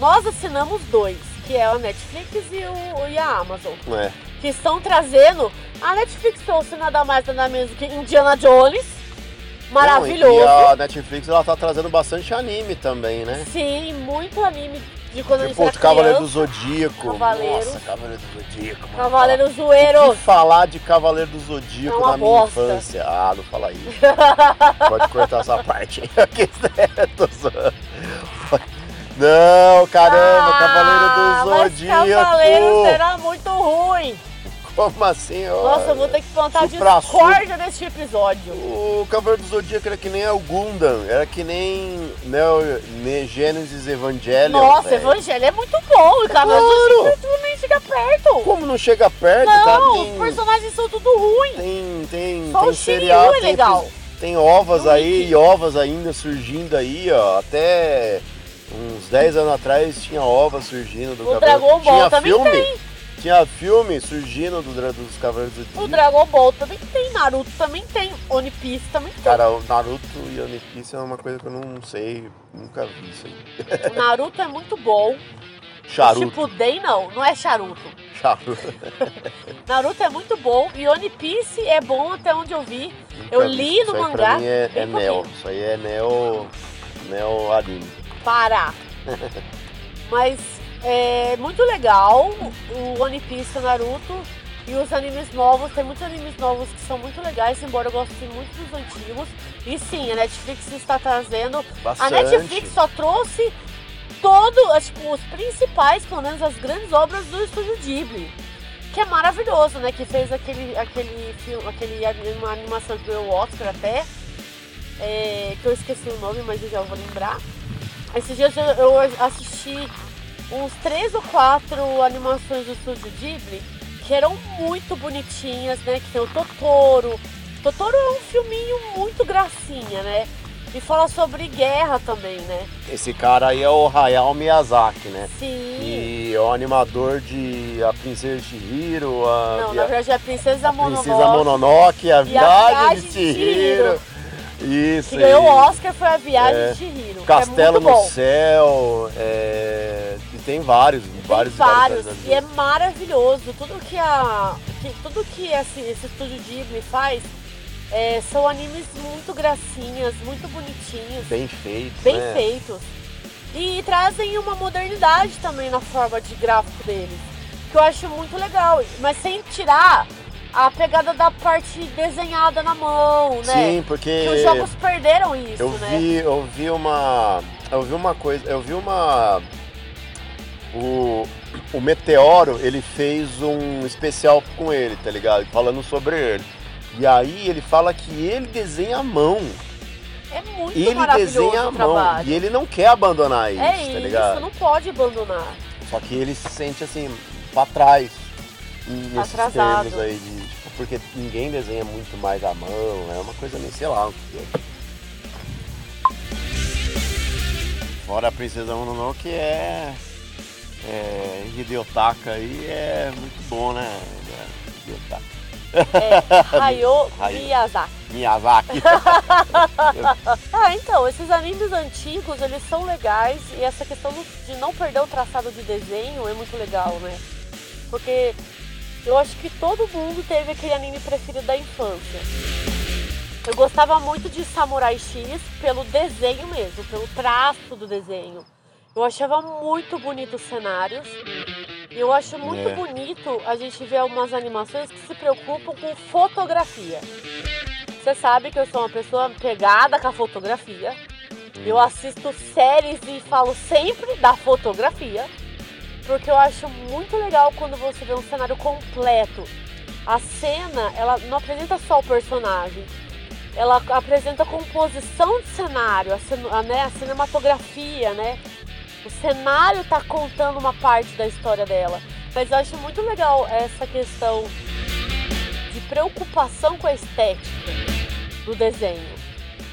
S2: Nós assinamos dois, que é a Netflix e, o, e a Amazon,
S1: É.
S2: que estão trazendo. A Netflix trouxe nada mais nada menos que Indiana Jones, maravilhoso.
S1: Não, e a Netflix ela tá trazendo bastante anime também, né?
S2: Sim, muito anime de quando
S1: Tipo,
S2: a
S1: os
S2: gente era
S1: Cavaleiro do
S2: criança.
S1: Zodíaco.
S2: Cavaleiros.
S1: Nossa, Cavaleiro do Zodíaco, mano.
S2: Cavaleiro
S1: Fala-
S2: Zoeiro.
S1: O que falar de Cavaleiro do Zodíaco
S2: É uma
S1: na minha
S2: bosta.
S1: infância? Ah, não fala isso. Pode cortar essa parte. né, Tô zoando. não, caramba,
S2: Ah,
S1: Cavaleiro do
S2: mas
S1: Zodíaco.
S2: Cavaleiros era muito ruim.
S1: Como assim? ó?
S2: Nossa, eu vou ter que plantar
S1: supra-
S2: discórdia neste episódio.
S1: O Cavaleiro do Zodíaco era que nem o Gundam, era que nem Neo, ne Genesis Evangelion.
S2: Nossa,
S1: velho.
S2: Evangelho é muito bom. E Cavaleiros
S1: Claro.
S2: do Zodíaco nem chega perto.
S1: Como não chega perto, tá?
S2: Não, os
S1: Tem,
S2: personagens são tudo ruim.
S1: tem, tem,
S2: Só
S1: tem
S2: o Shiryu
S1: seriado,
S2: é
S1: tem,
S2: legal.
S1: tem ovas
S2: No
S1: aí
S2: Wiki.
S1: e ovas ainda surgindo aí, ó. Até uns 10 anos atrás tinha ovas surgindo do
S2: O
S1: Cavaleiro.
S2: Dragon Ball
S1: tinha
S2: também
S1: filme,
S2: tem.
S1: Tinha filme surgindo do, dra- dos Cavaleiros do
S2: O
S1: Zodíaco.
S2: Dragon Ball também tem, Naruto também tem, One Piece também tem.
S1: Cara, o Naruto e One Piece é uma coisa que eu não sei, nunca vi isso aí.
S2: O Naruto é muito bom.
S1: Charuto,
S2: Tipo, Dei não, não é charuto.
S1: charuto.
S2: Naruto é muito bom e One Piece é bom até onde eu vi.
S1: Nunca
S2: Eu
S1: vi.
S2: li
S1: Isso
S2: no
S1: aí
S2: mangá.
S1: Pra mim é,
S2: bem
S1: é Neo.
S2: pouquinho.
S1: Isso aí é Neo. Neo anime.
S2: Para! Mas é muito legal o One Piece e o Naruto. E os animes novos, tem muitos animes novos que são muito legais, embora eu goste muito dos antigos. E sim, a Netflix está trazendo. A
S1: Bastante.
S2: Netflix só trouxe todo, tipo, os principais, pelo menos as grandes obras do estúdio Ghibli. Que é maravilhoso, né? Que fez aquele, aquele filme, aquele ani- uma animação que ganhou o Oscar até. é, que eu esqueci o nome, mas eu já vou lembrar. Esses dias eu, eu assisti uns três ou quatro animações do estúdio Ghibli que eram muito bonitinhas, né? Que tem o Totoro. Totoro é um filminho muito gracinha, né? E fala sobre guerra também, né?
S1: Esse cara aí é o Hayao Miyazaki, né?
S2: Sim.
S1: E é o animador de A Princesa Chihiro, a,
S2: Não,
S1: Via-
S2: na verdade é a
S1: Princesa
S2: Princesa Mononoke.
S1: Mononoke, A Viagem de
S2: Viagem de Chihiro.
S1: Chihiro. Isso.
S2: Que ganhou o
S1: aí.
S2: Oscar foi a Viagem
S1: É.
S2: de Hiro.
S1: Castelo
S2: é muito
S1: no
S2: bom.
S1: Céu, é, e tem vários, vários, né?
S2: Vários, vários,
S1: vários.
S2: e é maravilhoso. Tudo que a. que- tudo que esse, esse estúdio Disney faz é, são animes muito gracinhas, muito bonitinhos,
S1: Bem feito.
S2: bem
S1: né?
S2: feitos. E trazem uma modernidade também na forma de gráfico deles. Que eu acho muito legal. Mas sem tirar a pegada da parte desenhada na mão, né?
S1: Sim, porque
S2: Que os jogos perderam isso,
S1: eu
S2: né?
S1: vi, eu vi uma, eu vi uma coisa, eu vi uma o, o Meteoro, ele fez um especial com ele, tá ligado? Falando sobre ele. E aí ele fala que ele desenha a mão,
S2: É muito
S1: ele
S2: maravilhoso
S1: desenha a
S2: o
S1: mão
S2: trabalho.
S1: e ele não quer abandonar isso,
S2: é
S1: tá
S2: isso,
S1: ligado?
S2: não pode abandonar.
S1: Só que ele se sente assim, pra trás. em- Nesses
S2: Atrasado.
S1: termos aí de. Tipo, porque ninguém desenha muito mais à mão, é uma coisa meio, sei lá. Fora a Princesa Mononoke que é. É. Hideotaka aí é muito bom, né? É, Hideotaka.
S2: Hayao
S1: Hayao.
S2: Miyazaki.
S1: Miyazaki.
S2: Ah, então, esses animes antigos, eles são legais e essa questão do- de não perder o traçado de desenho é muito legal, né? Porque eu acho que todo mundo teve aquele anime preferido da infância. Eu gostava muito de Samurai X pelo desenho mesmo, pelo traço do desenho. Eu achava muito bonito os cenários. E eu acho muito
S1: É.
S2: bonito a gente ver algumas animações que se preocupam com fotografia. Você sabe que eu sou uma pessoa pegada com a fotografia. Eu assisto séries e falo sempre da fotografia, porque eu acho muito legal quando você vê um cenário completo. A cena, ela não apresenta só o personagem, ela apresenta a composição de cenário, a, cen- a, né, a cinematografia, né? O cenário tá contando uma parte da história dela. Mas eu acho muito legal essa questão de preocupação com a estética do desenho.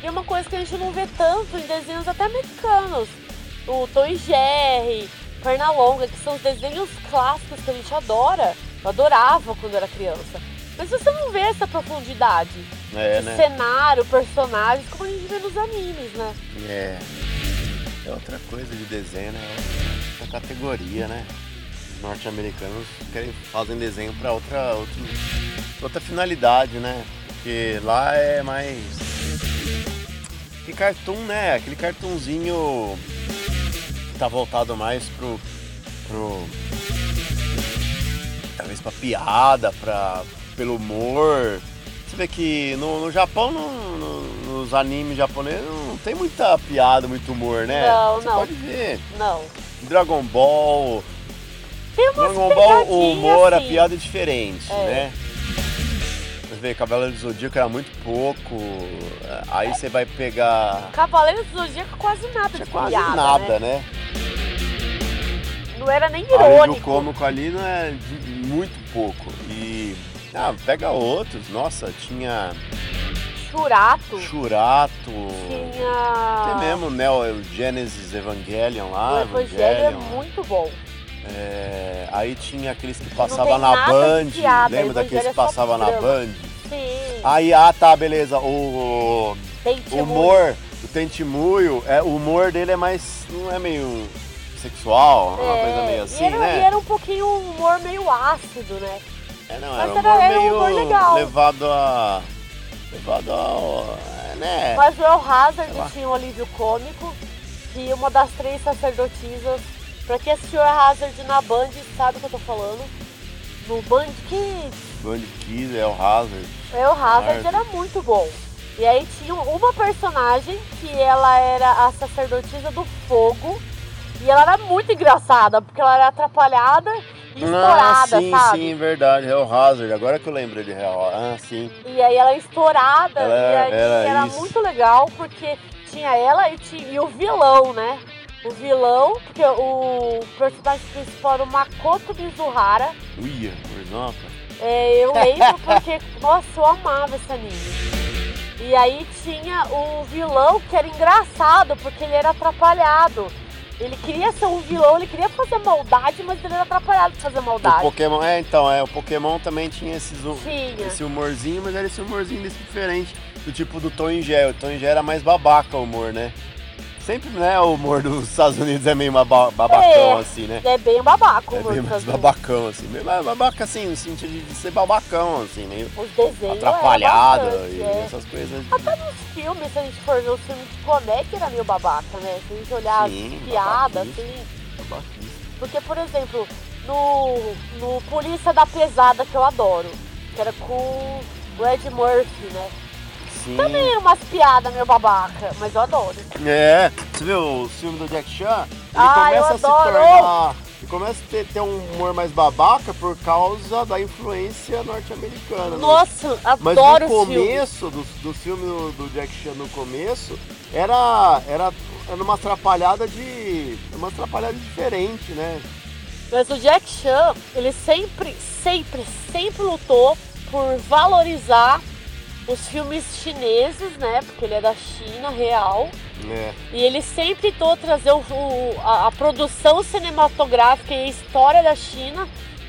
S2: E é uma coisa que a gente não vê tanto em desenhos até americanos. O Tom e Jerry, Pernalonga, que são os desenhos clássicos que a gente adora. Eu adorava quando era criança. Mas você não vê essa profundidade
S1: É,
S2: de
S1: né?
S2: cenário, personagens, como a gente vê nos animes, né?
S1: É. É outra coisa de desenho, né? É outra categoria, né? Os norte-americanos querem- fazem desenho pra outra, outro- outra finalidade, né? Porque lá é mais. Que cartoon, né? Aquele cartoonzinho que tá voltado mais pro. pro. Talvez pra piada, pra, pelo humor. Você vê que no, no Japão, no- no- nos animes japoneses, não tem muita piada, muito humor, né?
S2: Não,
S1: Você
S2: não.
S1: pode ver.
S2: Não.
S1: Dragon Ball.
S2: Tem umas
S1: Dragon Ball, o
S2: pegadinhas,
S1: humor, a
S2: assim.
S1: piada é diferente,
S2: É.
S1: né? Você vê, Cavaleiro do Zodíaco era muito pouco. Aí você vai pegar.
S2: Cavaleiros do Zodíaco é quase nada
S1: Tinha
S2: de
S1: É quase
S2: piada, né?
S1: nada, né?
S2: Não era nem
S1: Além do
S2: irônico.
S1: cômico ali não é de- muito pouco. E. Ah, pega outros. Nossa, tinha
S2: Churato.
S1: Churato.
S2: Tinha...
S1: Até mesmo, né? O Genesis Evangelion
S2: O
S1: lá.
S2: Evangelho é
S1: Evangelion.
S2: muito bom.
S1: É, aí tinha aqueles que
S2: tem
S1: passavam na
S2: nada
S1: Band.
S2: de piada,
S1: Lembra
S2: Evangelho
S1: daqueles
S2: é
S1: que
S2: só
S1: passavam na
S2: drama.
S1: Band?
S2: Sim.
S1: Aí, ah tá, beleza. O,
S2: tem
S1: o
S2: Timon.
S1: humor do Tentimuio, é, o humor dele é mais. não é meio sexual, é uma
S2: É,
S1: coisa meio assim,
S2: e era,
S1: né?
S2: E era um pouquinho um humor meio ácido, né?
S1: É, não,
S2: Mas
S1: era um
S2: era-
S1: humor
S2: era um
S1: meio
S2: humor legal.
S1: levado a. Levado ao. é, né?
S2: Mas o El Hazard
S1: Sei lá.
S2: tinha um alívio cômico e uma das três sacerdotisas. Pra quem assistiu El Hazard na Band sabe o que eu tô falando. No Band Kids,
S1: Band Kiss, El Hazard.
S2: El Hazard
S1: Claro.
S2: era muito bom. E aí tinha uma personagem que ela era a sacerdotisa do fogo. E ela era muito engraçada, porque ela era atrapalhada e
S1: Ah,
S2: estourada,
S1: sim,
S2: sabe?
S1: sim, verdade, El Hazard. Agora que eu lembro de El Ah, sim.
S2: E aí ela é estourada,
S1: Ela
S2: e aí
S1: era
S2: era,
S1: isso.
S2: muito legal, porque tinha ela e, tinha, e o vilão, né? O vilão, porque o personagem principal era o Makoto Mizuhara.
S1: Uia, horizonte.
S2: É, eu lembro porque, nossa, eu amava esse anime. E aí tinha o vilão que era engraçado, porque ele era atrapalhado. Ele queria ser um vilão, ele queria fazer maldade, mas ele era atrapalhado de fazer
S1: O
S2: maldade.
S1: Pokémon, é, então, é, o Pokémon também tinha esses, hum, hu-
S2: Tinha.
S1: esse humorzinho, mas era esse humorzinho desse diferente do tipo do Tom e Jerry. O Tom e Jerry era mais babaca o humor, né? Sempre, né, o humor dos Estados Unidos é meio baba- babacão,
S2: É.
S1: assim, né?
S2: É bem babaco,
S1: É
S2: mano.
S1: bem mais
S2: assim.
S1: babacão, assim. Meio ba- babaca, assim, no sentido de ser babacão, assim, meio
S2: Os desenhos.
S1: atrapalhado
S2: É bastante,
S1: e
S2: é.
S1: essas coisas.
S2: Até nos filmes, se a gente for ver os filmes de comédia, era meio babaca, né? Se a gente olhar
S1: Sim,
S2: as piadas,
S1: babaquice.
S2: assim.
S1: babaquice.
S2: Porque, por exemplo, no, no Polícia da Pesada, que eu adoro, que era com o Ed Murphy, né?
S1: Sim.
S2: Também eram umas piadas meio babaca, mas eu adoro.
S1: É, você viu o filme do Jack Chan? Ele
S2: Ah,
S1: começa
S2: eu
S1: a se
S2: adoro!
S1: tornar. Ele começa a ter, ter um humor mais babaca por causa da influência norte-americana. né?
S2: Nossa,
S1: Mas
S2: adoro
S1: no
S2: os filmes.
S1: começo do, do filme do, do Jack Chan no começo era, era, era uma atrapalhada de. uma atrapalhada diferente, né?
S2: Mas o Jack Chan, ele sempre, sempre, sempre lutou por valorizar os filmes chineses, né? Porque ele é da China, real.
S1: É.
S2: E ele sempre tentou trazer o- o- a, a produção cinematográfica e a história da China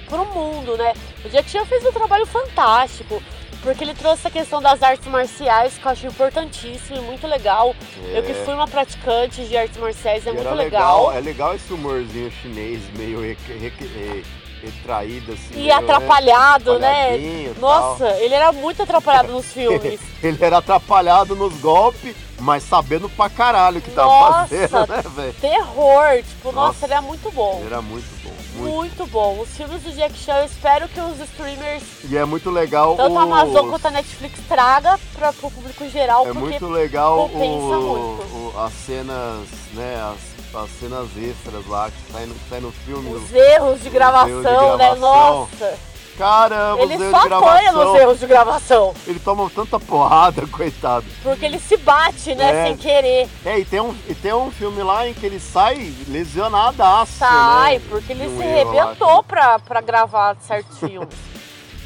S2: pro mundo, né? O Jack Chan fez um trabalho fantástico, porque ele trouxe a questão das artes marciais, que eu achei importantíssimo e muito legal. Eu que fui uma praticante de artes marciais, é
S1: É. E
S2: muito
S1: era
S2: legal.
S1: É legal esse humorzinho chinês meio re- re- re- retraído, assim.
S2: E
S1: meio, né,
S2: atrapalhado, né?
S1: atrapalhadinho e tal.
S2: Nossa, ele era muito atrapalhado nos filmes.
S1: Ele era atrapalhado nos golpes, mas sabendo pra caralho o que tava
S2: Nossa!
S1: fazendo, né, velho?
S2: Terror, tipo, nossa,
S1: Nossa.
S2: ele é muito bom.
S1: Ele era muito bom, muito.
S2: Muito bom. Os filmes do Jack Chan, eu espero que os streamers,
S1: E é muito legal
S2: tanto a Amazon
S1: o...
S2: quanto a Netflix, traga para o público geral,
S1: É
S2: porque
S1: muito legal o...
S2: compensa muito.
S1: o- as cenas, né, as, as cenas extras lá que sai no, sai no filme.
S2: os erros de
S1: Os
S2: gravação,
S1: erros de
S2: né?
S1: gravação.
S2: Nossa,
S1: Caramba,
S2: ele
S1: os erros
S2: só
S1: de
S2: apanha
S1: gravação.
S2: nos erros de gravação,
S1: Ele toma tanta porrada, coitado.
S2: porque ele se bate, né,
S1: É.
S2: sem querer.
S1: É, e tem um, e tem um filme lá em que ele sai lesionadaço,
S2: Sai,
S1: né?
S2: porque ele
S1: De um
S2: se
S1: erro lá
S2: arrebentou pra, pra gravar certos filmes.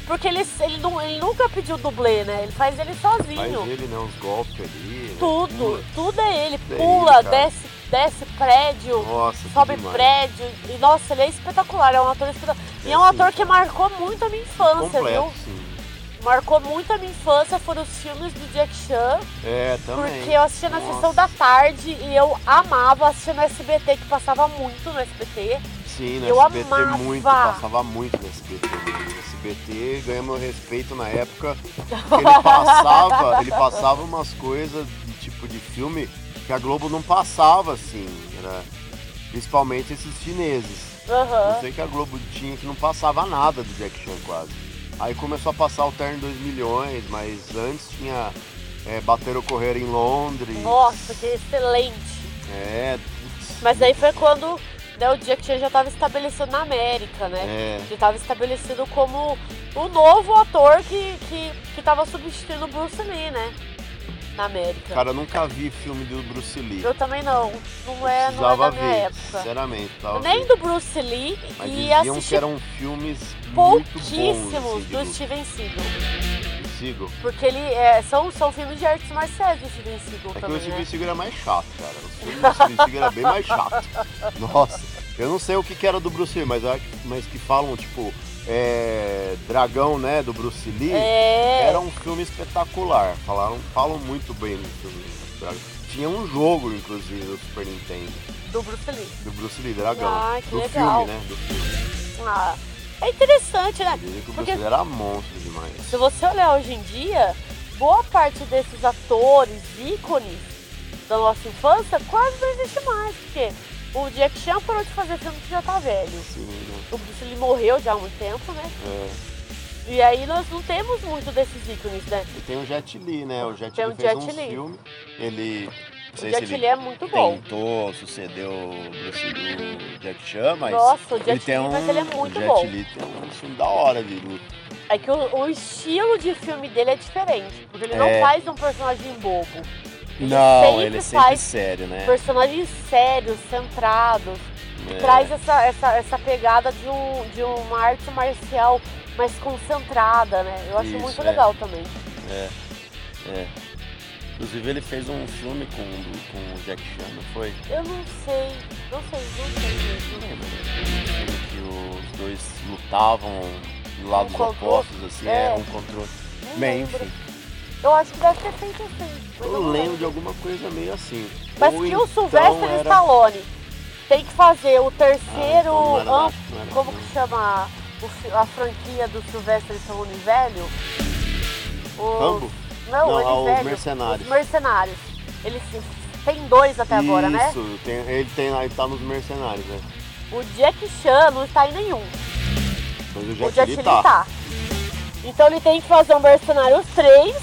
S2: Porque ele, ele, nu- ele nunca pediu dublê, né? Ele faz ele
S1: que-
S2: sozinho.
S1: Mas ele, né, os golpes ali. né,
S2: Tudo,
S1: pula.
S2: tudo é ele.
S1: É
S2: Pula,
S1: ele, cara.
S2: desce, desce prédio,
S1: Nossa, que
S2: sobe
S1: demais.
S2: prédio. E nossa, ele é espetacular, é um ator espetacular. E é um
S1: É, sim.
S2: ator que marcou muito a minha infância,
S1: Completo,
S2: viu?
S1: sim.
S2: Marcou muito a minha infância, foram os filmes do Jack Chan,
S1: É, também.
S2: porque eu assistia na
S1: Nossa.
S2: sessão da tarde e eu amava assistir no SBT, que passava muito no SBT.
S1: Sim, no
S2: eu
S1: SBT
S2: amava.
S1: muito, passava muito no SBT. No SBT ganha meu respeito na época. porque Ele passava, ele passava umas coisas de tipo de filme que a Globo não passava, assim. Era, principalmente esses chineses.
S2: Aham.
S1: Eu sei que a Globo tinha que não passava nada do Jack Chan quase. Aí começou a passar o Terno 2 milhões, mas antes tinha é, Bater o Correr em Londres.
S2: Nossa, que excelente.
S1: É, putz.
S2: Mas aí foi quando né, o Jack Chan já estava estabelecido na América, né?
S1: É.
S2: Ele estava estabelecido como o novo ator que, que, que tava substituindo o Bruce Lee, né? Na América.
S1: Cara, eu nunca vi filme do Bruce Lee.
S2: Eu também não. Não é, não é
S1: precisava
S2: da minha
S1: ver,
S2: época.
S1: sinceramente. Tava
S2: Nem
S1: vendo.
S2: do Bruce Lee
S1: Mas
S2: e
S1: diziam que
S2: assisti
S1: eram filmes
S2: pouquíssimos
S1: muito bons,
S2: do
S1: assim,
S2: Steven Seagal.
S1: do, do Seagal.
S2: Porque ele é, são, são filmes de artes marciais do Steven Seagal
S1: É que o
S2: também,
S1: Steven
S2: né?
S1: Seagal era mais chato, cara. O filme do Steven Seagal era bem mais chato. Nossa, eu não sei o que, que era do Bruce Lee, mas, eu acho- mas que falam, tipo, é, Dragão, né, do Bruce Lee,
S2: É.
S1: era um filme espetacular. Falaram, falam muito bem do filme. do Dragão. Tinha um jogo, inclusive, do Super Nintendo,
S2: Do Bruce Lee.
S1: do Bruce Lee, Dragão.
S2: Ah, que
S1: do
S2: legal.
S1: filme, né? Do filme.
S2: Ah, é interessante, né?
S1: Dizem que o
S2: Porque
S1: Bruce Lee era monstro demais.
S2: Se você olhar hoje em dia, boa parte desses atores, ícones da nossa infância, quase não existe mais, porque o Jack Chan parou de fazer filme que já tá velho.
S1: Sim, né?
S2: O Bruce Lee morreu já há muito tempo, né?
S1: É.
S2: E aí nós não temos muito desses ícones, né?
S1: E tem o Jet Li, né? O Jet
S2: Tem
S1: Li
S2: o
S1: fez
S2: Jet
S1: um
S2: Li.
S1: filme. Ele. Não
S2: o
S1: sei
S2: Jack
S1: se
S2: Lee
S1: ele
S2: é muito bom.
S1: tentou, sucedeu o Bruce Lee, o Jack Chan, mas.
S2: Nossa, o
S1: ele
S2: Jack
S1: tem
S2: Lee,
S1: um,
S2: mas ele é muito
S1: o Jet
S2: bom.
S1: Li tem um filme da hora de luta.
S2: É que o, o estilo de filme dele é diferente, porque ele não
S1: É.
S2: faz um personagem bobo.
S1: Não,
S2: sempre
S1: ele é sempre
S2: faz
S1: sério, né?
S2: Personagens sérios, centrados,
S1: É.
S2: traz essa, essa, essa pegada de, um, de uma arte marcial mais concentrada, né? Eu acho
S1: Isso,
S2: muito
S1: é.
S2: legal também.
S1: É, é. Inclusive ele fez um filme com, com o Jack Chan, não foi?
S2: Eu não sei, não sei, não sei
S1: Não
S2: mesmo.
S1: lembro. Um filme que os dois lutavam do lado dos
S2: Um contra o
S1: opostos, assim, é,
S2: É.
S1: um contra o outro.
S2: Não
S1: Bem,
S2: lembro.
S1: enfim,
S2: Eu acho que deve ter feito assim. mas
S1: eu
S2: não
S1: lembro de alguma coisa meio assim.
S2: Mas
S1: Ou
S2: que
S1: então
S2: o Sylvester
S1: era-
S2: Stallone tem que fazer o
S1: Ah, então
S2: terceiro.
S1: não era
S2: am-
S1: Batman, não era
S2: como
S1: Batman.
S2: que chama o fi- a franquia do Sylvester Stallone velho? O-
S1: Rambo?
S2: Não,
S1: Não,
S2: ele
S1: ah, o
S2: velho.
S1: Mercenários.
S2: Os mercenários. Ele se- tem dois até agora, né?
S1: Isso, tem- ele, tem, ele tá nos mercenários, né?
S2: O Jack Chan não está em nenhum.
S1: Mas o
S2: o
S1: Jet
S2: Jack
S1: Li
S2: Lee
S1: tá.
S2: tá. Então ele tem que fazer um Mercenários 3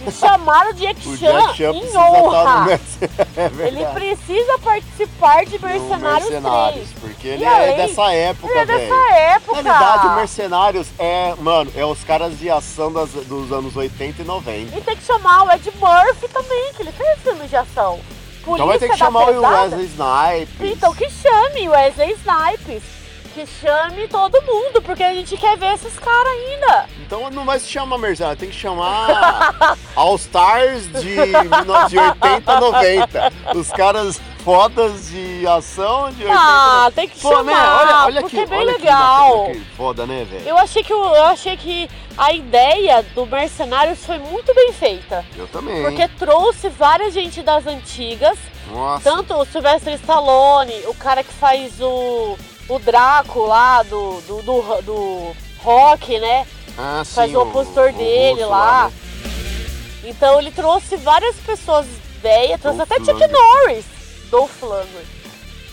S2: e chamar o Jack
S1: O
S2: Chan
S1: Jack Chan
S2: em
S1: precisa estar no
S2: honra.
S1: mercenários. É verdade.
S2: Ele precisa participar de
S1: No
S2: Mercenários 3.
S1: porque ele
S2: E
S1: é
S2: além-
S1: dessa
S2: Ele
S1: época,
S2: é
S1: velho.
S2: dessa época.
S1: Na verdade, o Mercenários é, mano, é os caras de ação das- dos anos 80 e 90.
S2: E tem que chamar o Ed Murphy também, que ele fez filme de ação. Polícia
S1: então vai ter que
S2: da
S1: chamar o
S2: pesada.
S1: Wesley Snipes.
S2: Então que chame o Wesley Snipes. Que chame todo mundo, porque a gente quer ver esses caras ainda.
S1: Então não vai se chamar Mercenários, tem que chamar All Stars de, 19- de 80 90. Os caras fodas de ação de 80
S2: Ah, tem que
S1: Pô,
S2: chamar,
S1: né? Olha, olha
S2: porque
S1: que,
S2: é bem
S1: olha que
S2: legal.
S1: bacana, que foda, né, velho?
S2: Eu achei que o- eu achei que a ideia do Mercenários foi muito bem feita,
S1: Eu também.
S2: porque trouxe várias gente das antigas,
S1: Nossa.
S2: tanto o Sylvester Stallone, o cara que faz o, o Draco lá do do, do, do rock, né?
S1: Ah, sim,
S2: Faz o opositor
S1: o
S2: dele
S1: russo
S2: lá.
S1: né?
S2: Então ele trouxe várias pessoas velhas, trouxe
S1: Dolph
S2: até Chuck
S1: Lundgren.
S2: Norris, Dolph Lundgren.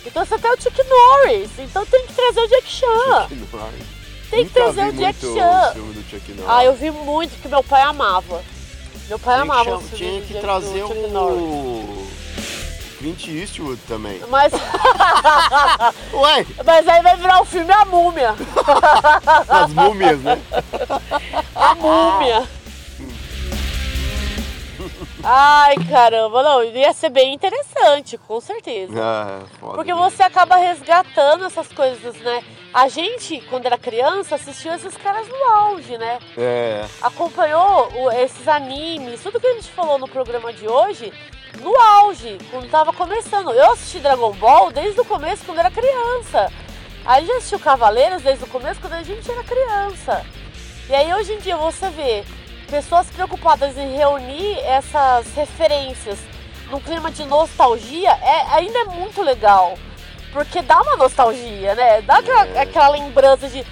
S2: E trouxe até o Chuck Norris, então tem que trazer o Jack Chan.
S1: Chuck Norris.
S2: Ah, Tem que
S1: Nunca
S2: trazer
S1: vi
S2: o Jack
S1: muito
S2: Chan.
S1: o filme do Chuck Norris.
S2: Ah, eu vi muito que meu pai amava. Meu pai
S1: Tinha que
S2: amava
S1: cham-
S2: os filmes
S1: Tinha
S2: do
S1: que
S2: Jack-
S1: trazer
S2: do
S1: o...
S2: Chuck Norris.
S1: Clint Eastwood também.
S2: Mas,
S1: Ué,
S2: mas aí vai virar o filme A Múmia.
S1: as múmias, né?
S2: A Múmia. Ai, caramba. Não, ia ser bem interessante, com certeza.
S1: Ah, foda,
S2: Porque
S1: né?
S2: você acaba resgatando essas coisas, né? A gente, quando era criança, assistiu esses caras no auge, né?
S1: É,
S2: acompanhou o- esses animes, tudo que a gente falou no programa de hoje, no auge, quando tava começando. Eu assisti Dragon Ball desde o começo, quando era criança. Aí já assistiu Cavaleiros desde o começo, quando a gente era criança. E aí hoje em dia você vê pessoas preocupadas em reunir essas referências num clima de nostalgia, é, ainda é muito legal. Porque dá uma nostalgia, né? Dá aquela,
S1: É.
S2: aquela lembrança de.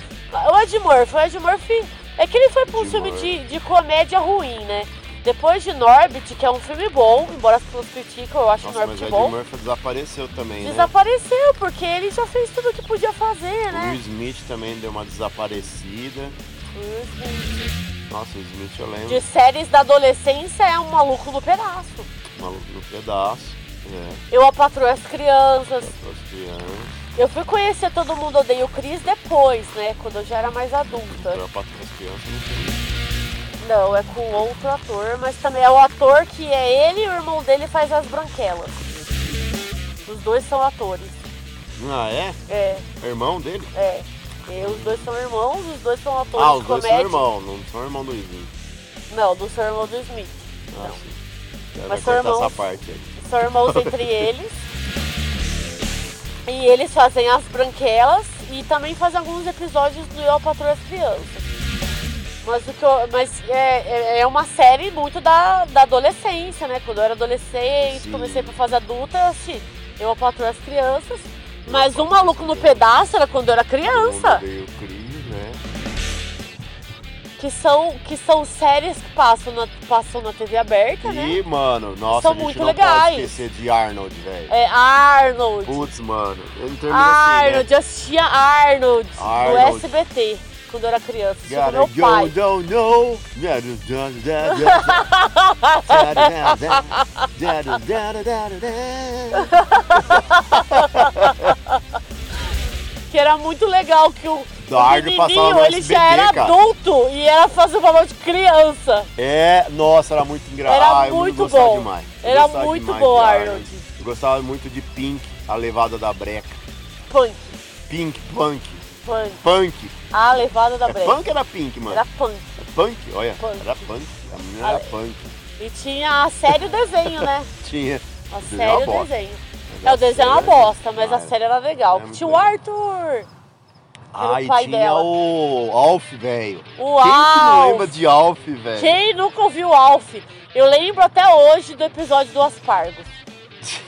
S2: O Ed Murphy, o Ed Murphy é que ele foi pra um
S1: Ed
S2: filme
S1: Murphy.
S2: de, de comédia ruim, né? Depois de Norbit, que é um filme bom, embora as pessoas critiquem, eu acho
S1: nossa, mas
S2: Norbit
S1: Ed
S2: bom,
S1: Murphy desapareceu também, né?
S2: desapareceu, porque ele já fez tudo que podia fazer,
S1: O
S2: né?
S1: Will Smith também deu uma desaparecida. Nossa, o Smith eu lembro,
S2: Uhum. De séries da adolescência é um maluco no pedaço.
S1: maluco no pedaço. É,
S2: Eu apatroo as crianças.
S1: as crianças.
S2: Eu fui conhecer Todo Mundo Odeia o Cris depois, né? Quando eu já era mais adulta.
S1: Pra patrulha das crianças não tem.
S2: Não, é com outro ator, mas também é o ator que é ele e o irmão dele faz as branquelas. Os dois são atores.
S1: Ah, é?
S2: É,
S1: É irmão dele?
S2: é. E os dois são irmãos, os dois são atores
S1: Ah, os
S2: de
S1: dois
S2: comédia.
S1: são irmão, não são irmão do Smith.
S2: Não, do seu irmão do Smith.
S1: Ah, sim. Vai
S2: Mas são
S1: cortar
S2: irmãos.
S1: essa parte aí.
S2: São irmãos entre eles. E eles fazem as branquelas e também fazem alguns episódios do Eu a Patroa e as Crianças. Mas, o que eu- mas é, é- é uma série muito da, da adolescência, né? Quando eu era adolescente,
S1: Sim.
S2: comecei pra fazer adulta, eu assisti Eu a Patroa e as Crianças. Mas
S1: Patroa e
S2: o
S1: as
S2: Maluco no
S1: Crianças.
S2: Pedaço era quando eu era
S1: Todo mundo
S2: criança.
S1: odeia é o Chris, né?
S2: Que são, que são séries que passam na, passam na TV aberta, né?
S1: E, mano, nossa,
S2: São
S1: a gente
S2: muito
S1: não
S2: legais.
S1: pode esquecer de Arnold, velho.
S2: É Arnold.
S1: Putz, mano, eu não termino
S2: Arnold,
S1: assim, né?
S2: eu assistia Arnold,
S1: Arnold.
S2: no SBT quando eu era criança. Assistia com
S1: Gotta
S2: meu
S1: go,
S2: pai.
S1: don't know. Da, da, da, da, da, da, da, da, da, da, da, da.
S2: Que era muito legal que o,
S1: Da
S2: o
S1: Arnold passava no
S2: menininho ele já
S1: SBT,
S2: era
S1: cara.
S2: adulto e ela fazia o papel de criança.
S1: É, nossa, era muito engraçado.
S2: Era
S1: Ah, eu
S2: muito
S1: gostava
S2: bom.
S1: demais. Eu
S2: Era
S1: gostava
S2: muito
S1: demais
S2: bom,
S1: de
S2: Arnold.
S1: Eu gostava muito de Pink, a levada da breca.
S2: Punk,
S1: Pink, punk,
S2: punk.
S1: punk.
S2: A levada da
S1: É
S2: breca.
S1: punk era pink, mano.
S2: Era punk.
S1: Punk, olha,
S2: Punk.
S1: era punk. A menina
S2: Ah,
S1: era punk.
S2: E tinha a série e o desenho, né?
S1: Tinha.
S2: A
S1: desenho
S2: série
S1: é uma
S2: e o
S1: bosta.
S2: desenho.
S1: Mas
S2: É,
S1: a
S2: o desenho é uma
S1: série-
S2: bosta, mas a
S1: Ah,
S2: série era legal.
S1: é muito
S2: Tinha o
S1: legal.
S2: Arthur,
S1: Ah, e
S2: pai
S1: tinha
S2: dela.
S1: o Alf, velho.
S2: o
S1: Quem que não lembra
S2: Alf.
S1: de Alf, velho?
S2: Quem nunca ouviu o Alf? Eu lembro até hoje do episódio do Aspargos.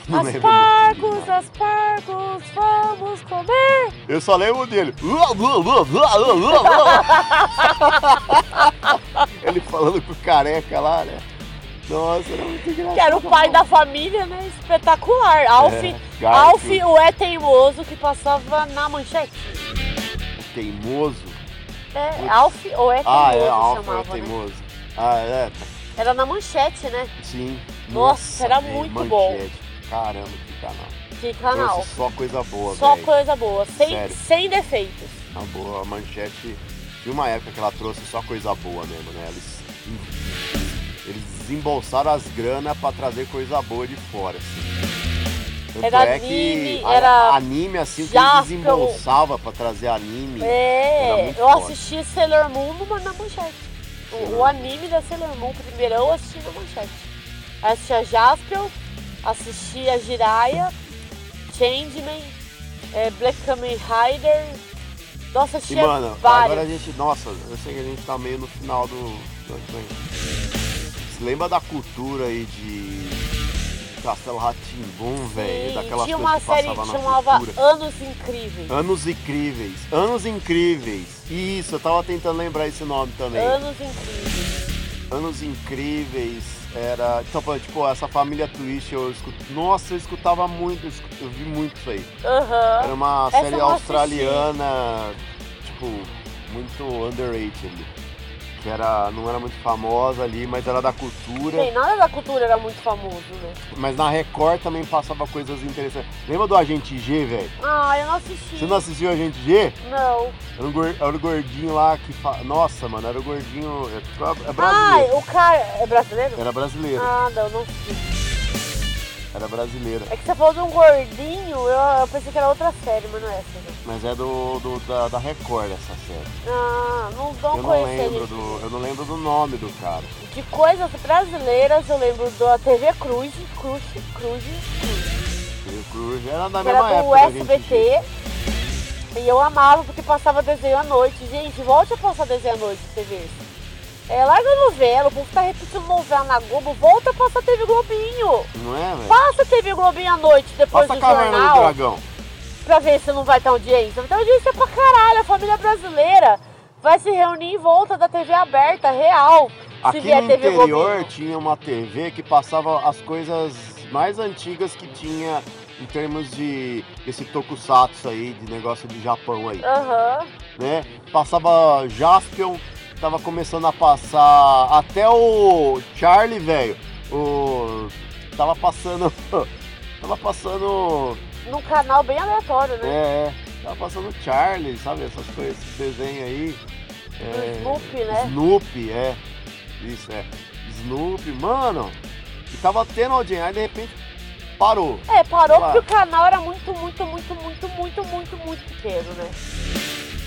S1: Não lembro.
S2: aspargos, aspargos, vamos comer.
S1: Eu só lembro dele. Ele falando com o careca lá, né? Nossa, era muito engraçado.
S2: Que era o pai da família, né? Espetacular. Alf,
S1: É,
S2: Alf,
S1: Garfield,
S2: o é teimoso que passava na manchete.
S1: Teimoso.
S2: É,
S1: Putz.
S2: Alf ou é teimoso
S1: Ah, é, Alf é o
S2: chamava, né?
S1: teimoso. Ah, é,
S2: Era na manchete, né?
S1: sim.
S2: Nossa, era
S1: velho,
S2: muito
S1: manchete.
S2: bom.
S1: Caramba, que canal.
S2: Que canal.
S1: Trouxe só coisa boa,
S2: Só
S1: velho.
S2: coisa boa, sem,
S1: Sério.
S2: sem defeitos.
S1: Na boa, a manchete. Tinha uma época que ela trouxe só coisa boa mesmo, né? Eles, eles desembolsaram as grana pra trazer coisa boa de fora, assim. Tanto
S2: Era
S1: é
S2: anime,
S1: que a-
S2: era
S1: anime, assim, que
S2: Jaspion.
S1: eles desembolsavam pra trazer anime. Era
S2: É,
S1: muito
S2: eu
S1: foda.
S2: assisti Sailor Moon numa, na manchete. O, o anime da Sailor Moon, primeiro eu assisti na manchete. Aí assisti a Jaspion, assisti a Jiraiya, Changeman, é, Black Kamen Rider.
S1: E,
S2: Nossa, assisti a
S1: mano,
S2: vários.
S1: agora a gente. Nossa, eu sei que a gente tá meio no final do. do- do- Você lembra da cultura aí de. Castelo Ratimbum, velho? Daquelas
S2: tinha
S1: coisas
S2: uma
S1: que
S2: série
S1: passava
S2: que
S1: na
S2: chamava
S1: cultura.
S2: Anos Incríveis.
S1: Anos Incríveis. Anos Incríveis. Isso, eu tava tentando lembrar esse nome também.
S2: Anos Incríveis.
S1: Anos Incríveis era. Então, pô, tipo, essa família Twist eu escutava. Nossa, eu escutava muito, eu, escu- eu vi muito isso aí.
S2: Aham.
S1: Era uma
S2: Essa eu
S1: série
S2: não
S1: australiana, tipo, muito underrated. Que era, não era muito famosa ali, mas era da
S2: Bem,
S1: cultura.
S2: nada da cultura era muito famoso, né?
S1: Mas na Record também passava coisas interessantes. Lembra do Agente G, velho?
S2: Ah, eu não assisti.
S1: Você não assistiu o Agente G?
S2: Não.
S1: Era o, gor- era o gordinho lá que. Fa... Nossa, mano, era o gordinho. É, é
S2: Ah,
S1: brasileiro.
S2: o cara é brasileiro?
S1: Era brasileiro.
S2: Ah, não, não sei.
S1: Era brasileiro.
S2: É que você falou de um gordinho, eu, eu pensei que era outra série, mas não é essa, né?
S1: Mas é do, do- da, da Record essa série.
S2: Ah, não, não
S1: eu não
S2: conhecia
S1: lembro
S2: gente.
S1: do. Eu não lembro do nome do cara.
S2: De coisas brasileiras, eu lembro da TV Cruz, Cruz, Cruz, Cruz.
S1: Creio Cruz era da
S2: Que
S1: mesma
S2: era do
S1: época. da gente.
S2: SBT. E eu amava porque passava desenho à noite. Gente, volte a passar desenho à noite, TV. É, larga a novela, o povo tá repetindo novela na Globo, volta a passar TV Globinho.
S1: Não é, velho?
S2: Passa TV Globinho à noite, depois
S1: Passa a
S2: do
S1: caverna
S2: jornal.
S1: do dragão.
S2: pra ver se não vai ter audiência. Vai ter audiência pra caralho, a família brasileira vai se reunir em volta da TV aberta, real.
S1: Aqui
S2: se vier
S1: no
S2: TV
S1: interior
S2: Globinho.
S1: tinha uma TV que passava as coisas mais antigas que tinha em termos de esse tokusatsu aí, de negócio de Japão aí.
S2: Aham.
S1: né? Passava Jaspion, tava começando a passar até o Charlie, velho. O tava passando tava passando,
S2: Num canal bem aleatório, né?
S1: é, é, tava passando Charlie, sabe essas coisas, esse desenho aí.
S2: Do
S1: É,
S2: Snoopy, né?
S1: Snoopy, é. Isso é. Snoopy, mano. E tava tendo audiência, aí de repente parou.
S2: É, parou
S1: Claro.
S2: porque o canal era muito, muito, muito, muito, muito, muito, muito pequeno, né?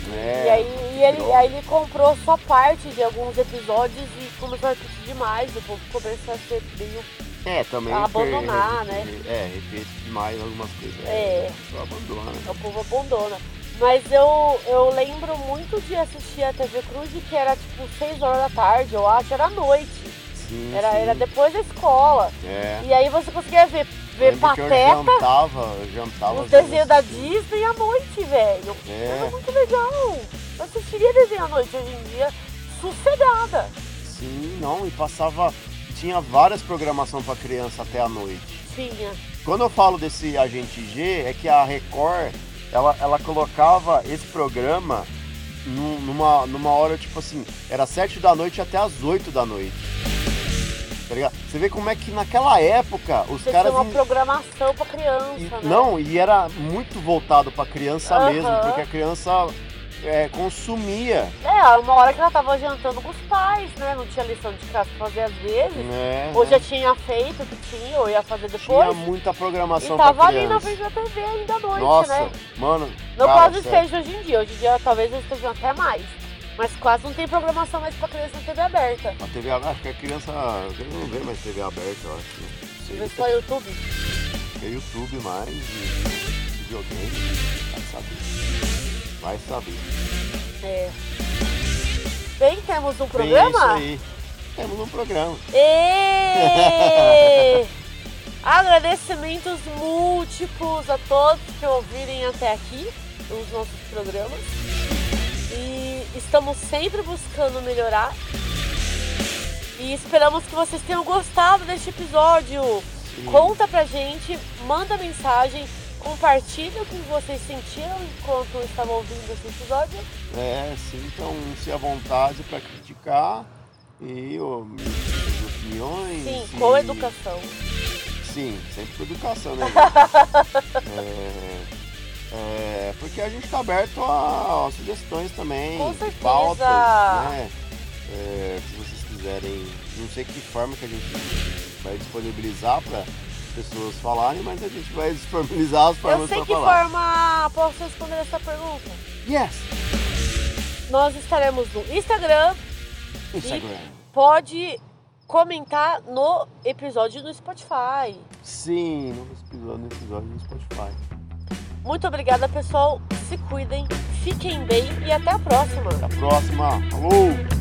S1: né?
S2: E aí e ele,
S1: virou.
S2: aí ele comprou só parte de alguns episódios e começou a repetir demais. O povo começou a ser meio.
S1: é, também
S2: abandonar, né?
S1: per- É, repete demais algumas coisas. né?
S2: É.
S1: Só abandona. né?
S2: O povo abandona. Mas eu, eu lembro muito de assistir a TV Cruz, que era tipo 6 horas da tarde, eu acho, era à noite.
S1: Sim,
S2: Era,
S1: sim.
S2: era depois da escola.
S1: É.
S2: E aí você conseguia ver, ver
S1: Lembro que
S2: Pateta,
S1: Eu jantava, eu jantava.
S2: os desenhos da Disney à noite, velho. Era
S1: É,
S2: muito legal. Eu assistiria desenho à noite hoje em dia, sossegada.
S1: sim, não, e passava. Tinha várias programações para criança até a noite.
S2: Tinha.
S1: Quando eu falo desse Agente G, é que a Record, ela, ela colocava esse programa num- numa, numa hora, tipo assim, era 7 da noite até as 8 da noite. Tá ligado? Você vê como é que naquela época os
S2: Você tinha
S1: caras
S2: uma
S1: in-
S2: programação pra criança,
S1: E-
S2: né?
S1: Não, e era muito voltado pra criança
S2: Aham.
S1: mesmo, porque a criança é, consumia,
S2: É, uma hora que ela tava jantando com os pais, né? Não tinha lição de casa pra fazer às vezes.
S1: né?
S2: Ou já tinha feito o que tinha, ou ia fazer
S1: Tinha
S2: depois.
S1: muita programação
S2: e tava
S1: pra
S2: ali na
S1: criança.
S2: frente da TV ainda à noite,
S1: Nossa,
S2: né?
S1: mano.
S2: Não
S1: cara,
S2: quase
S1: sério.
S2: esteja hoje em dia. Hoje em dia talvez eles estejam até mais. Mas quase não tem programação mais pra criança na TV aberta.
S1: A TV aberta, acho que a criança, a criança não vê mais TV aberta, eu acho. né? Não sei,
S2: Vê só YouTube.
S1: é YouTube mais, e videogame, vai saber. Vai saber.
S2: É. Bem, temos
S1: Tem
S2: um programa?
S1: isso aí. Temos um programa.
S2: Ê! Agradecimentos múltiplos a todos que ouvirem até aqui os nossos programas. E estamos sempre buscando melhorar. E esperamos que vocês tenham gostado deste episódio.
S1: Sim.
S2: Conta pra gente, manda mensagem, compartilha o que vocês sentiram enquanto estavam ouvindo esse episódio.
S1: É, sintam-se à vontade para criticar e ó, opiniões.
S2: Sim,
S1: e-
S2: com educação.
S1: Sim, sempre com educação, né? gente? é, é, porque a gente está aberto a, a sugestões também,
S2: Com certeza.
S1: pautas, né? É, se vocês quiserem, não sei que forma que a gente vai disponibilizar para pessoas falarem, mas a gente vai disponibilizar as
S2: Eu
S1: formas
S2: sei
S1: para
S2: que
S1: falar.
S2: forma posso responder essa pergunta.
S1: Yes!
S2: Nós estaremos no Instagram.
S1: Instagram.
S2: Pode comentar no episódio no Spotify.
S1: Sim, no episódio, no episódio no Spotify.
S2: Muito obrigada, pessoal. Se cuidem, fiquem bem e até a próxima.
S1: Até a próxima. Falou!